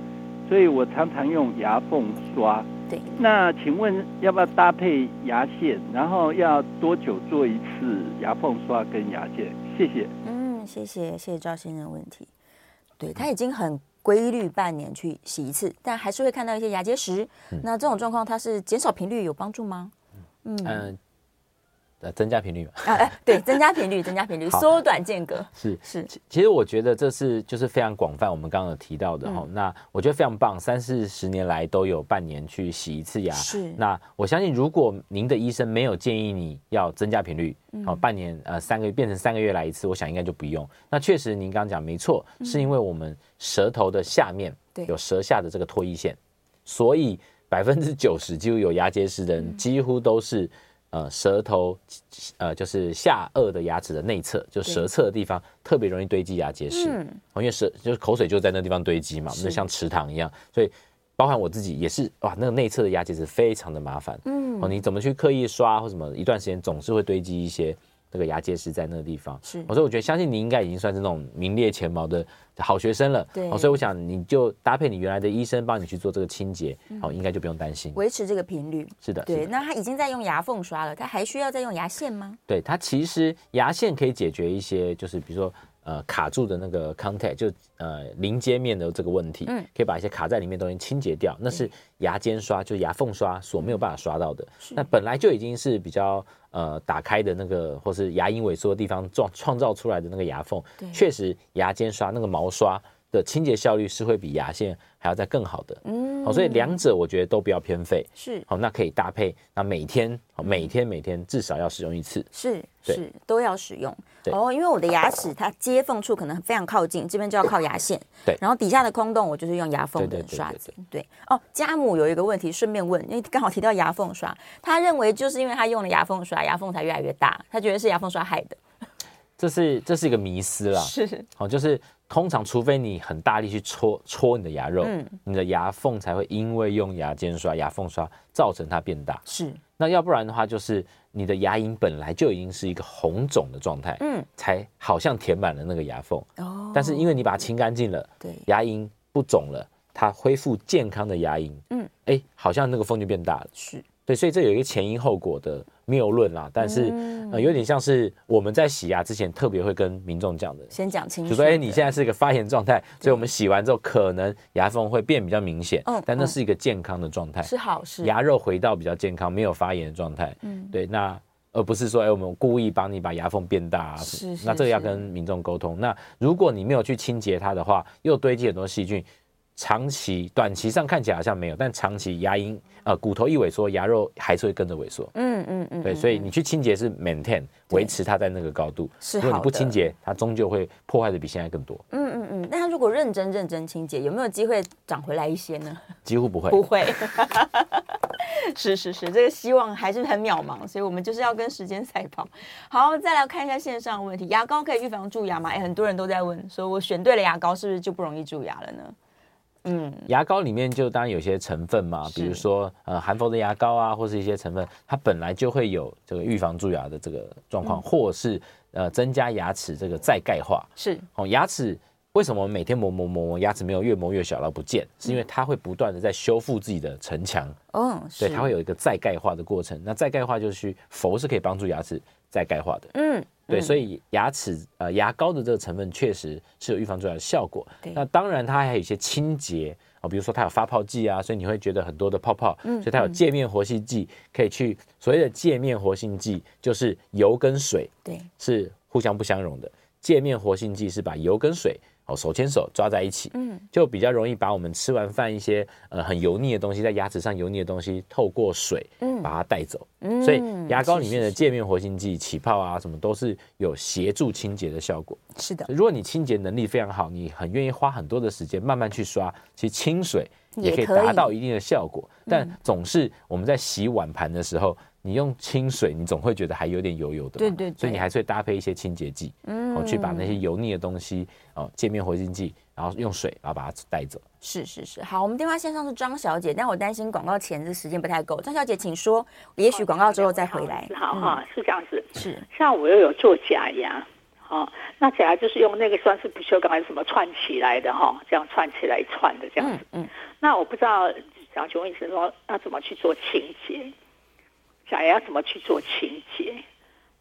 E: 所以我常常用牙缝刷。
B: 对，
E: 那请问要不要搭配牙线？然后要多久做一次牙缝刷跟牙线？谢谢。
B: 嗯，谢谢谢谢赵先生的问题。对他已经很规律半年去洗一次，但还是会看到一些牙结石。
C: 嗯
B: 那这种状况，它是减少频率有帮助吗？嗯，
C: 嗯，呃，增加频率嘛。
B: 啊哎对，增加频率，增加频率，
C: 好
B: 缩短间隔，
C: 是
B: 是
C: 其其实我觉得这是就是非常广泛，我们刚刚有提
B: 嗯
C: 到的哈、那我觉得非常棒，三四十年来都有半年去洗一次牙。
B: 是
C: 那我相信，如果您的医生没有建议你要增加频率，
B: 嗯
C: 哦，半年呃三个月变成三个月来一次，我想应该就不用。那确实您刚刚讲没错，是因为我们舌头的下面
B: 嗯对
C: 有舌下的这个唾液腺，所以百分之九十几乎有牙结石的
B: 嗯
C: 人，几乎都是呃舌头呃就是下颚的牙齿的内侧，就舌侧的地方特别容易堆积牙结石。
B: 嗯
C: 哦，因为舌就是口水就在那地方堆积嘛，那像池塘一样，所以包含我自己也是哇，那个内侧的牙结石非常的麻烦。哦，
B: 嗯，
C: 你怎么去刻意刷或什么，一段时间总是会堆积一些这个牙结石在那个地方。哦
B: 是
C: 我说我觉得相信你应该已经算是那种名列前茅的好学生了。
B: 对
C: 哦，所以我想你就搭配你原来的医生帮你去做这个清洁，
B: 嗯
C: 好、哦，应该就不用担心。
B: 维持这个频率。
C: 啊是的，是
B: 对，
C: 的
B: 那他已经在用牙缝刷了，他还需要再用牙线吗？
C: 对它其实牙线可以解决一些，就是比如说呃卡住的那个 contact，就呃临接面的这个问题，
B: 嗯
C: 可以把一些卡在里面的东西清洁掉。那是牙尖刷，就是牙缝刷所没有办法刷到的。
B: 嗯
C: 那本来就已经是比较呃打开的那个，或是牙龈萎缩的地方创创造出来的那个牙缝
B: 对，
C: 确实牙尖刷那个毛刷的清洁效率是会比牙线还要再更好的。
B: 嗯
C: 好、所以两者我觉得都不要偏废。
B: 是
C: 好，那可以搭配，那每天，好每天每天至少要使用一次。
B: 是
C: 对
B: 是都要使用
C: 对
B: 哦，因为我的牙齿它接缝处可能非常靠近，这边就要靠牙线，
C: 对
B: 然后底下的空洞我就是用牙缝
C: 对对
B: 的
C: 对
B: 刷
C: 对
B: 子，对哦。家母有一个问题，顺便问，因为刚好提到牙缝刷，他认为就是因为他用了牙缝刷，牙缝才越来越大，他觉得是牙缝刷害的，
C: 这是这是一个迷思啦，
B: 是
C: 好、就是通常除非你很大力去戳戳你的牙肉，
B: 嗯
C: 你的牙缝才会因为用牙尖刷、牙缝刷造成它变大。
B: 是
C: 那要不然的话，就是你的牙龈本来就已经是一个红肿的状态，
B: 嗯
C: 才好像填满了那个牙缝，
B: 哦，
C: 但是因为你把它清干净了，
B: 对
C: 牙龈不肿了，它恢复健康的牙龈，
B: 嗯
C: 嗯，哎，好像那个缝就变大了。
B: 是
C: 对，所以这有一个前因后果的谬论啦，但是、
B: 嗯
C: 呃，有点像是我们在洗牙之前特别会跟民众讲的，
B: 先讲清楚
C: 就
B: 的，
C: 说哎、诶你现在是一个发炎状态，所以我们洗完之后可能牙缝会变比较明显，
B: 嗯
C: 但那
B: 嗯
C: 是一个健康的状态，
B: 是好事，
C: 牙肉回到比较健康、没有发炎的状态，嗯，对，那。而不是说，哎、我们故意帮你把牙缝变大、啊，
B: 是是
C: 那这个要
B: 是
C: 跟民众沟通。那如果你没有去清洁它的话，又堆积很多细菌，长期、短期上看起来好像没有，但长期牙龈呃骨头一萎缩，牙肉还是会跟着萎缩。
B: 嗯嗯嗯，
C: 对，
B: 嗯
C: 所以你去清洁是 maintain
B: 对
C: 维持它在那个高度，
B: 是
C: 如果
B: 好
C: 你不
B: 的
C: 清洁，它终究会破坏的比现在更多，
B: 嗯嗯嗯，那他如果认真认真清洁，有没有机会长回来一些呢？
C: 几乎不会。
B: 不会。是是是，这个希望还是很渺茫，所以我们就是要跟时间赛跑。好，再来看一下线上的问题，牙膏可以预防蛀牙吗？哎，很多人都在问，说我选对了牙膏，是不是就不容易蛀牙了呢？嗯，
C: 牙膏里面就当然有些成分嘛，比如
B: 是
C: 说呃含氟的牙膏啊，或是一些成分，它本来就会有这个预防蛀牙的这个状
B: 嗯
C: 况，或是呃增加牙齿这个再钙化。
B: 是
C: 哦，牙齿为什么我们每天磨磨磨磨，牙齿没有越磨越小到不见，是因为它会不断的在修复自己的城墙，
B: 嗯，
C: 对，
B: 是，
C: 它会有一个再钙化的过程。那再钙化就是氟是可以帮助牙齿再钙化的。
B: 嗯，
C: 对，
B: 嗯
C: 所以牙齿呃牙膏的这个成分确实是有预防蛀牙的效果
B: 对。
C: 那当然它还有一些清洁哦，比如说它有发泡剂啊，所以你会觉得很多的泡泡，
B: 嗯
C: 所以它有界面活性剂，可以去所谓的界面活性剂，就是油跟水
B: 对，
C: 是互相不相容的。界面活性剂是把油跟水哦手牵手抓在一起，
B: 嗯，
C: 就比较容易把我们吃完饭一些呃很油腻的东西，在牙齿上油腻的东西，透过水
B: 嗯
C: 把它带走。
B: 嗯
C: 所以牙膏里面的
B: 是
C: 界面活性剂、起泡啊什么，都是有协助清洁的效果。
B: 是是的，
C: 如果你清洁能力非常好，你很愿意花很多的时间慢慢去刷，其实清水也可
B: 也嗯
C: 以
B: 可以
C: 达到一定的效果。但总是我们在洗碗盘的时候，你用清水，你总会觉得还有点油油的嘛，
B: 对对对
C: 所以你还是会搭配一些清洁剂，嗯、去把那些油腻的东西哦，界面活性剂，然后用水然后把它带走。
B: 是是是。好，我们电话线上是张小姐，但我担心广告前的时间不太够。张小姐，请说，也许广告之后再回来。嗯
F: 好哈、是这样子。
B: 是
F: 像我又有做假牙，哦，那假牙就是用那个算是不锈钢还是什么串起来的哈、这样串起来一串的这样
B: 嗯
F: 子。
B: 嗯，
F: 那我不知道，想请问医生说要怎么去做清洁？假牙要怎么去做清洁？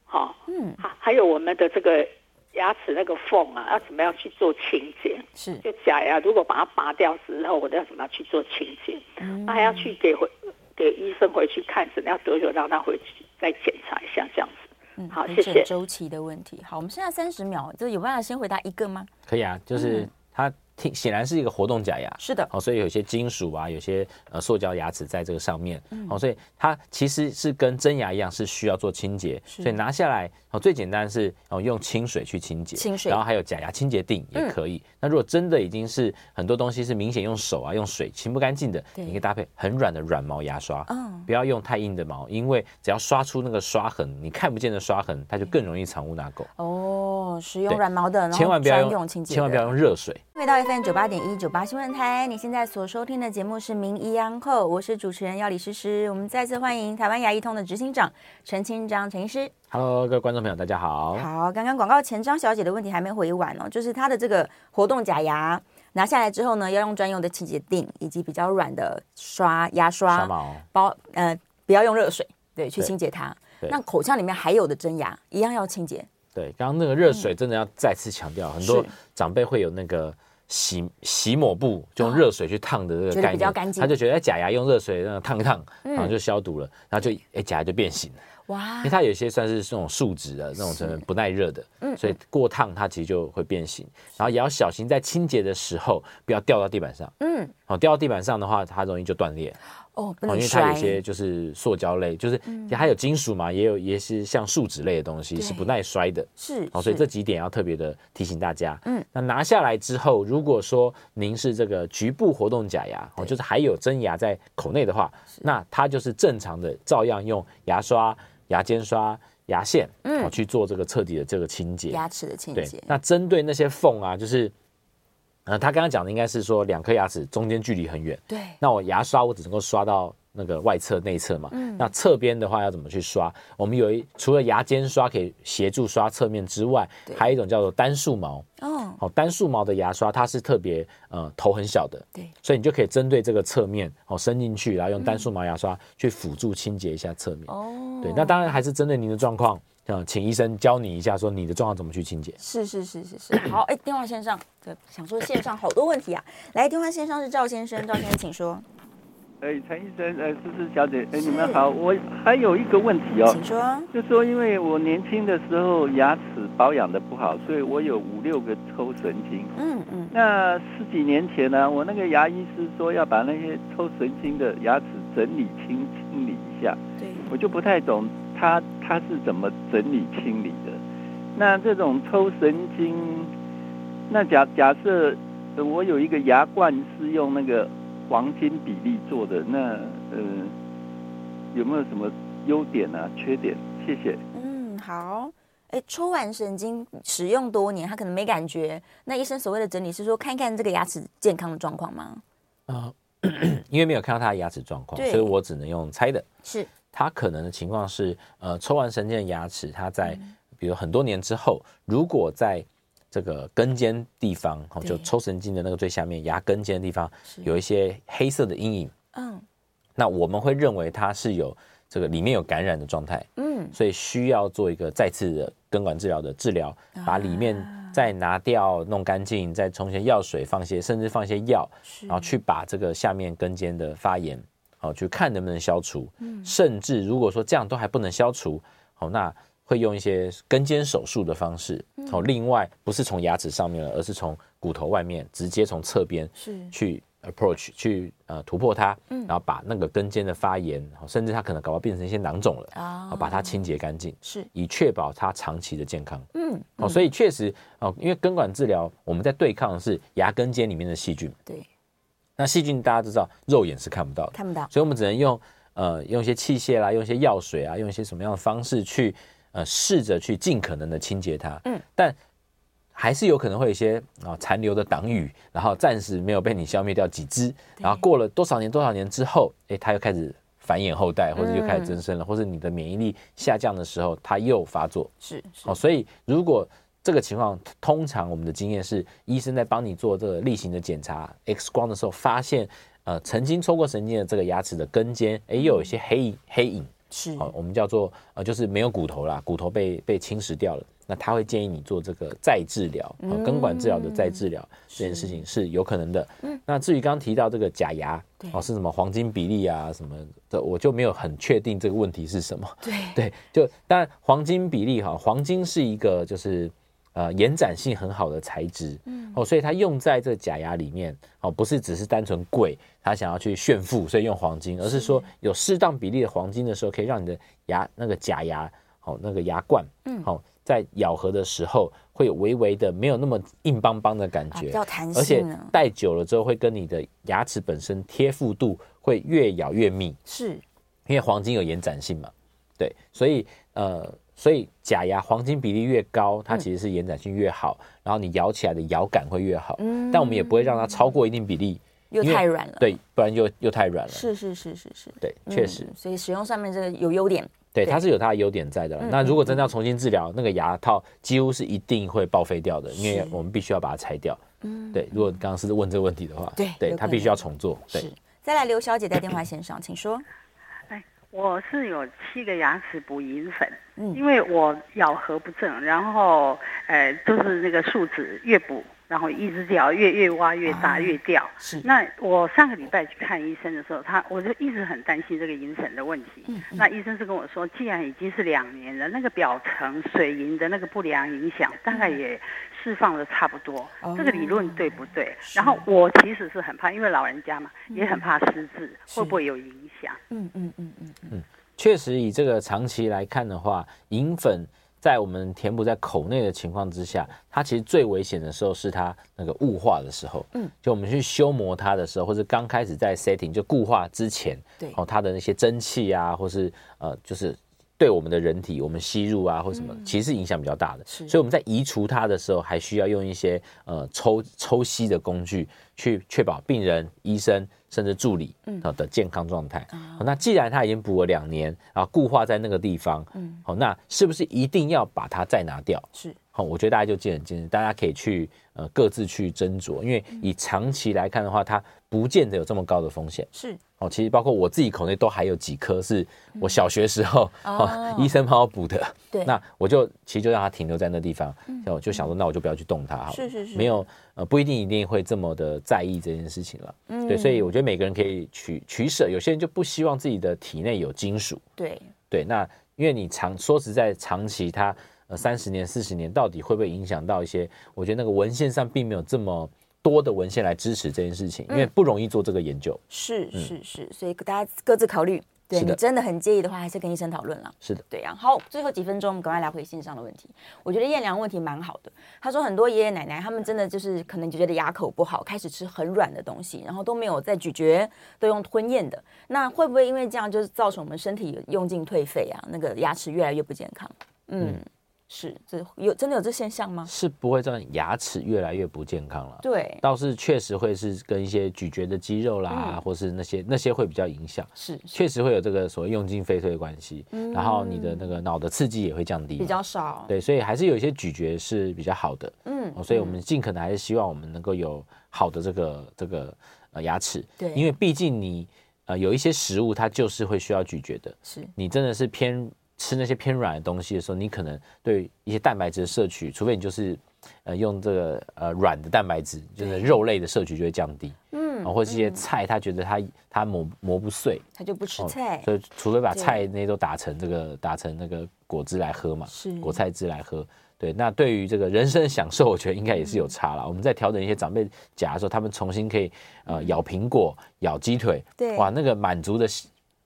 F: 好、
B: 嗯，
F: 还还有我们的这个牙齿那个缝啊，要怎么样去做清洁？
B: 是
F: 就假牙啊如果把它拔掉之后，我要怎么样去做清洁？
B: 嗯
F: 那还要去给回给医生回去看诊，要多久让他回去再检查一下这样子。好，
B: 一
F: 谢
B: 整
F: 谢。
B: 周期的问题。好，我们现在三十秒，这有办法先回答一个吗？
C: 可以啊，
B: 嗯
C: 就是它挺显然是一个活动假牙，
B: 是的，
C: 好、所以有些金属啊，有些呃塑胶牙齿在这个上面，好、
B: 嗯
C: 所以它其实是跟真牙一样，是需要做清洁，
B: 是
C: 所以拿下来，哦，最简单是哦用清水去清洁，
B: 清水嗯
C: 然后还有假牙清洁定也可以。那如果真的已经是很多东西是明显用手啊用水清不干净的，
B: 对
C: 你可以搭配很软的软毛牙刷，
B: 嗯，
C: 不要用太硬的毛，因为只要刷出那个刷痕，你看不见的刷痕，它就更容易藏污纳垢。
B: 哦，使用
C: 对
B: 软毛的，然后
C: 千万不要
B: 专用清洁的，
C: 千万不要用热水。
B: 回到 FM 九八点一九八新闻台，你现在所收听的节目是《名医央后》，我是主持人药理诗诗。我们再次欢迎台湾牙医通的执行长陈清章陈医师。
C: Hello，各位观众朋友，大家好。
B: 好，刚刚广告前张小姐的问题还没回完哦，就是她的这个活动假牙拿下来之后呢，要用专用的清洁定以及比较软的刷牙
C: 刷
B: 刷，
C: 毛，
B: 包呃不要用热水，对，去
C: 对
B: 清洁它。
C: 对
B: 那口腔里面还有的真牙一样要清洁，
C: 对，刚刚那个热水真的要再次强调，很
B: 嗯
C: 多
B: 是
C: 长辈会有那个洗洗抹布，就用热水去烫的
B: 哦觉
C: 这个
B: 得
C: 概念，
B: 比较干净嗯
C: 他就觉得哎假牙用热水那样烫一烫，然后就消毒了，然后就哎假牙就变形了，
B: 哇
C: 因为，它有一些算是这种树脂的那种成分不耐热的，
B: 嗯
C: 所以过烫它其实就会变形，然后也要小心在清洁的时候不要掉到地板上，
B: 嗯，
C: 哦，掉到地板上的话，它容易就断裂，
B: 哦，不
C: 哦，
B: 能
C: 因为它
B: 摔
C: 有，些就是塑胶类，就是它有金属嘛，也有也是像树脂类的东西
B: 嗯对
C: 是不耐摔的。
B: 是，
C: 哦好，所以
B: 是
C: 这几点要特别的提醒大家。
B: 嗯
C: 嗯，那拿下来之后，如果说您是这个局部活动假牙，哦，就是还有真牙在口内的话，那它就是正常的，照样用牙刷、牙尖刷、牙线，
B: 嗯
C: 嗯，去做这个彻底的这个清洁。
B: 牙齿的清
C: 对
B: 洁，，
C: 那针对那些缝啊，就是，呃，他刚刚讲的应该是说两颗牙齿中间距离很远，
B: 对，
C: 那我牙刷我只能够刷到那个外侧、内侧嘛。
B: 嗯
C: 那侧边的话要怎么去刷？我们有一除了牙尖刷可以协助刷侧面之外
B: 对，
C: 还有一种叫做单数毛。
B: 哦，
C: 好、单数毛的牙刷它是特别呃头很小的，
B: 对，嗯
C: 所以你就可以针对这个侧面哦伸进去，然后用单数毛牙刷去辅助清洁一下侧面。
B: 哦，
C: 对，那当然还是针对您的状况，嗯、请医生教你一下，说你的状况怎么去清洁。
B: 是是是是是，好，哎、电话线上，对，想说线上好多问题 啊，来，电话线上是赵先生，赵先生请说，
E: 哎，陈医生，呃，思思小姐，哎，你们好，我还有一个问题哦，
B: 请说，
E: 就说因为我年轻的时候牙齿保养的不好，所以我有五六个抽神经。
B: 嗯嗯，
E: 那十几年前呢、我那个牙医师说要把那些抽神经的牙齿整理清清理一下，
B: 对，
E: 我就不太懂他他是怎么整理清理的。那这种抽神经，那假假设呃我有一个牙冠是用那个黄金比例做的，那呃有没有什么优点啊、缺点？谢谢。
B: 嗯，好，哎、抽完神经使用多年，他可能没感觉，那医生所谓的整理是说看一看这个牙齿健康的状况吗？
C: 啊、因为没有看到他的牙齿状况，
B: 对
C: 所以我只能用猜的。
B: 是，
C: 他可能的情况是，呃，抽完神经的牙齿，它在比如很多年之后，如果在这个根尖地方，哦，
B: 对
C: 就抽神经的那个最下面牙根尖的地方
B: 是
C: 有一些黑色的阴影，
B: 嗯
C: 那我们会认为它是有这个里面有感染的状态，
B: 嗯，
C: 所以需要做一个再次的根管治疗的治疗，把里面再拿掉、弄干净，再冲些药水，放些甚至放些药，然
B: 嗯
C: 后去把这个下面根尖的发炎，好、去看能不能消除。
B: 嗯
C: 甚至如果说这样都还不能消除，好、那会用一些根尖手术的方式。好、
B: 嗯
C: 另外不是从牙齿上面了，而是从骨头外面，直接从侧边
B: 是嗯
C: 去 approach 去呃突破它，然后把那个根尖的发炎，好甚至它可能搞到变成一些囊肿了，哦
B: 啊
C: 好把它清洁干净，
B: 是
C: 以确保它长期的健康。
B: 嗯，
C: 哦，所以确实哦，因为根管治疗我们在对抗的是牙根尖里面的细菌，
B: 对，
C: 那细菌大家都知道肉眼是看不到的，
B: 看不到
C: 所以我们只能用呃用一些器械啦，用一些药水啊，用一些什么样的方式去呃试着去尽可能的清洁它。
B: 嗯，
C: 但还是有可能会有一些啊、残留的党羽，然后暂时没有被你消灭掉几只，然后过了多少年多少年之后，诶，它又开始繁衍后代，或者又开始增生了，或者你的免疫力下降的时候，它又发作。
B: 是是
C: 哦，所以如果这个情况，通常我们的经验是，医生在帮你做这个例行的检查，X 光的时候发现，呃，曾经抽过神经的这个牙齿的根尖，哎，又有一些黑黑影，
B: 是
C: 哦，我们叫做呃，就是没有骨头啦，骨头被被侵蚀掉了。那他会建议你做这个再治疗，哦根管治疗的再治
B: 嗯
C: 疗这件事情是有可能的。那至于刚刚提到这个假牙，哦，是什么黄金比例啊什么的，我就没有很确定这个问题是什么。
B: 对
C: 对，就当然黄金比例哈，黄金是一个就是呃延展性很好的材质，嗯，哦，所以它用在这个假牙里面哦，不是只是单纯贵，它想要去炫富，所以用黄金，而是说有适当比例的黄金的时候，可以让你的牙那个假牙哦那个牙冠，嗯，好、在咬合的时候会有微微的没有那么硬邦邦的感
B: 啊，
C: 觉，
B: 比较弹
C: 而且
B: 性啊，
C: 戴久了之后会跟你的牙齿本身贴附度会越咬越密，
B: 是
C: 因为黄金有延展性嘛，对，所以呃，所以假牙黄金比例越高，它其实是延展性越好，然后你咬起来的咬感会越
B: 嗯
C: 好，但我们也不会让它超过一定比例，
B: 又
C: 因为
B: 太软了，，
C: 对，不然又又太软了，
B: 嗯是是是是是，
C: 对，
B: 嗯
C: 确实，
B: 所以使用上面这个有优点，
C: 对，
B: 对嗯
C: 它是有它的优点在的啦。那如果真的要重新治疗，那个牙套几乎是一定会报废掉的，因为我们必须要把它拆掉。嗯，对，如果刚刚是问这个问题的话，
B: 对有
C: 对，
B: 可
C: 它必须
B: 能
C: 要重做，对。
B: 是。再来，刘小姐在电话线上，请说。
G: 我是有七个牙齿补银粉，
B: 嗯
G: 因为我咬合不正，然后呃就是那个树脂越补，然后一直掉，越越挖越大、
B: 啊
G: 越掉。
B: 是
G: 那我上个礼拜去看医生的时候，他我就一直很担心这个银粉的问题。嗯那医生是跟我说，既然已经是两年了，那个表层水银的那个不良影响大概也释放的差不多，
B: 哦
G: 这个理论对不对？然后我其实是很怕，因为老人家嘛，也很怕失智
B: 是
G: 会不会有影响。
B: 嗯嗯嗯嗯，
C: 确实，以这个长期来看的话，银粉在我们填补在口内的情况之下，它其实最危险的时候是它那个雾化的时候。
B: 嗯，
C: 就我们去修磨它的时候，或者刚开始在 setting 就固化之前，
B: 对
C: 哦，它的那些蒸汽啊，或是呃，就是对我们的人体，我们吸入啊，或什么，
B: 嗯
C: 其实影响比较大的。
B: 是
C: 所以我们在移除它的时候，还需要用一些呃抽抽吸的工具，去确保病人、医生甚至助理啊、的健康状态。好那既然它已经补了两年，然后固化在那个地方，嗯，好、那是不是一定要把它再拿掉？
B: 是
C: 好、我觉得大家就见仁见智，大家可以去呃各自去斟酌，因为以长期来看的话，它不见得有这么高的风险。
B: 是
C: 哦，其实包括我自己口内都还有几颗是我小学时候、
B: 哦
C: 哦医生帮我补的，
B: 对
C: 那我就其实就让它停留在那地方，那我就想说，那我就不要去动它好了，
B: 嗯是是是
C: 没有呃不一定一定会这么的在意这件事情了，
B: 嗯
C: 对，所以我觉得每个人可以取取舍，有些人就不希望自己的体内有金属，
B: 对，
C: 对，那因为你长说实在，长期它呃三十年、四十年，到底会不会影响到一些？我觉得那个文献上并没有这么多的文献来支持这件事
B: 嗯
C: 情，因为不容易做这个研究。
B: 是是是，所以大家各自考虑。对
C: 嗯是
B: 你
C: 的
B: 真的很介意的话，还是跟医生讨论了。
C: 是的，
B: 对啊，好，最后几分钟，我们赶快来回线上的问题。我觉得燕良问题蛮好的，他说很多爷爷奶奶他们真的就是可能就觉得牙口不好，开始吃很软的东西，然后都没有在咀嚼，都用吞咽的。那会不会因为这样就是造成我们身体有用进退废啊？那个牙齿越来越不健康？嗯，是，这有真的有这现象吗？
C: 是不会让牙齿越来越不健康了。
B: 对，
C: 倒是确实会是跟一些咀嚼的肌肉啦，
B: 嗯
C: 或是那些那些会比较影响，
B: 是是
C: 确实会有这个所谓用进废退的关系。然后你的那个脑的刺激也会降低嘛，
B: 嗯比较少。
C: 对，所以还是有一些咀嚼是比较好的。
B: 嗯
C: 哦，所以我们尽可能还是希望我们能够有好的这个这个呃牙齿，
B: 对
C: 因为毕竟你呃有一些食物它就是会需要咀嚼的，
B: 是
C: 你真的是偏吃那些偏软的东西的时候，你可能对一些蛋白质的摄取，除非你就是呃用这个呃软的蛋白质，就是肉类的摄取就会降低，
B: 嗯
C: 啊，或者是一些菜，他觉得他他磨磨不碎，
B: 他就不吃
C: 哦
B: 菜，
C: 所以除非把
B: 对
C: 菜那些都打成这个打成那个果汁来喝嘛，
B: 是
C: 果菜汁来喝。对，那对于这个人生的享受，我觉得应该也是有差了。我们在调整一些长辈夹的时候，他们重新可以呃咬苹果、咬鸡腿，
B: 对
C: 哇，那个满足的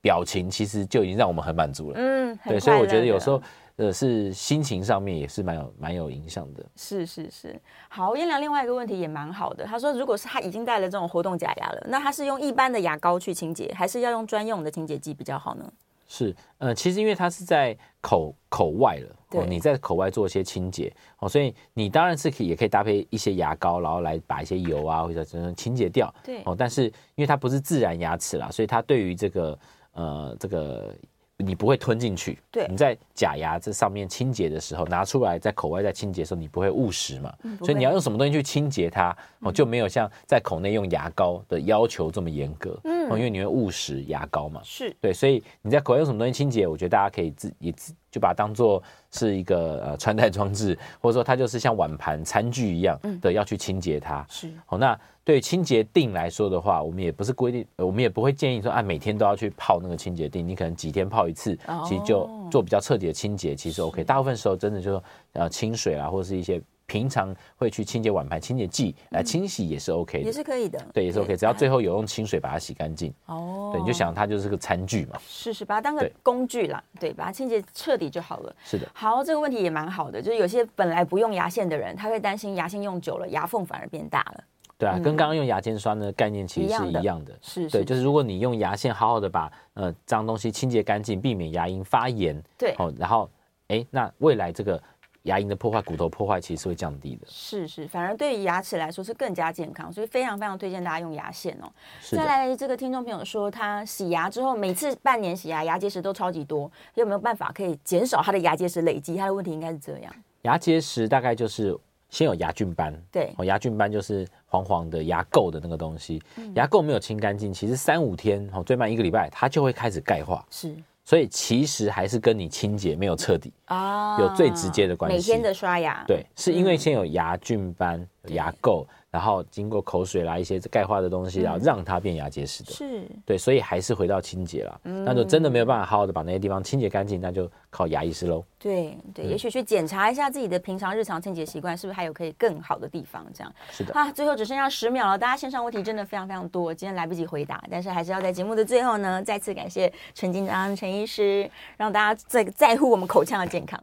C: 表情其实就已经让我们很满足了。
B: 嗯，很
C: 对，所以
B: 快
C: 我觉
B: 乐
C: 得有
B: 的
C: 时候呃是心情上面也是蛮有蛮有影响的。
B: 是是是，好，燕良另外一个问题也蛮好的，他说如果是他已经带了这种活动假牙了，那他是用一般的牙膏去清洁，还是要用专用的清洁剂比较好呢？
C: 是，呃，其实因为它是在口口外了，
B: 对
C: 哦，你在口外做一些清洁，哦，所以你当然是可以也可以搭配一些牙膏，然后来把一些油啊或者什么清洁掉，
B: 对
C: 哦，但是因为它不是自然牙齿啦，所以它对于这个呃这个你不会吞进去，
B: 对
C: 你在假牙这上面清洁的时候拿出来，在口外在清洁的时候你不会误食嘛，
B: 嗯不
C: 所以
B: 会
C: 你要用什么东西去清洁它，哦，就没有像在口内用牙膏的要求这么严格，嗯、哦，因为你会误食牙膏嘛，
B: 是
C: 对，所以你在口外用什么东西清洁，我觉得大家可以自也自就把它当做是一个呃穿戴装置，或者说它就是像碗盘餐具一样
B: 嗯
C: 的、要去清洁它。
B: 是，
C: 好、那对于清洁定来说的话，我们也不是规定，呃我们也不会建议说啊每天都要去泡那个清洁定，你可能几天泡一次，其实就
B: 哦
C: 做比较彻底的清洁，其实 OK。大部分时候真的就是呃清水啊，或者是一些平常会去清洁碗盘清洁剂来清洗也是 OK 的，
B: 嗯也是啊可以的，
C: 对也是 OK，只要最
B: 后
C: 后有用清水把它洗干净，
B: 哦，
C: 对，你就想它就是个餐具嘛。
B: 是是把它当个
C: 对
B: 工具啦，对，把它清洁彻底就好了。
C: 是的，
B: 好，这个问题也蛮好的，就是有些本来不用牙线的人，他会担心牙线用久了牙缝反而变大了，
C: 对啊，
B: 嗯
C: 跟刚刚用牙尖刷的概念其实是
B: 一样
C: 一
B: 的
C: 样的。
B: 是
C: 对，
B: 是，
C: 就是如果你用牙线好好的把呃脏东西清洁干净，避免牙龈发炎，
B: 对
C: 哦，然后哎，那未来这个牙龈的破坏、骨头破坏其实是会降低的。
B: 是是，反而对于牙齿来说是更加健康，所以非常非常推荐大家用牙线哦。
C: 是
B: 再
C: 的，
B: 来，这个听众朋友说，他洗牙之后，每次半年洗牙，牙结石都超级多，有没有办法可以减少他的牙结石累积？他的问题应该是这样，
C: 牙结石大概就是先有牙菌斑，
B: 对
C: 哦，牙菌斑就是黄黄的牙垢的那个东西，
B: 嗯
C: 牙垢没有清干净，其实三五天哦，最慢一个礼拜，它就会开始钙化，
B: 是
C: 所以其实还是跟你清洁没有彻底。
B: 啊
C: 有最直接的关
B: 每
C: 系
B: 天的刷牙，，
C: 对，是
B: 嗯
C: 因为先有牙菌斑、有牙垢，然后经过口水啦一些钙化的东西，然
B: 嗯
C: 后让它变牙结石的。
B: 是
C: 对，所以还是回到清洁啦。那就真的没有办法好好的把那些地方清洁干净，那就靠牙医师喽。
B: 对对，也
C: 嗯
B: 许去检查一下自己的平常日常清洁习惯，是不是还有可以更好的地方？这样
C: 是的，
B: 啊，最后只剩下十秒了，大家线上问题真的非常非常多，今天来不及回答，但是还是要在节目的最后呢，再次感谢陈金章陈医师，让大家再在乎我们口腔的健康。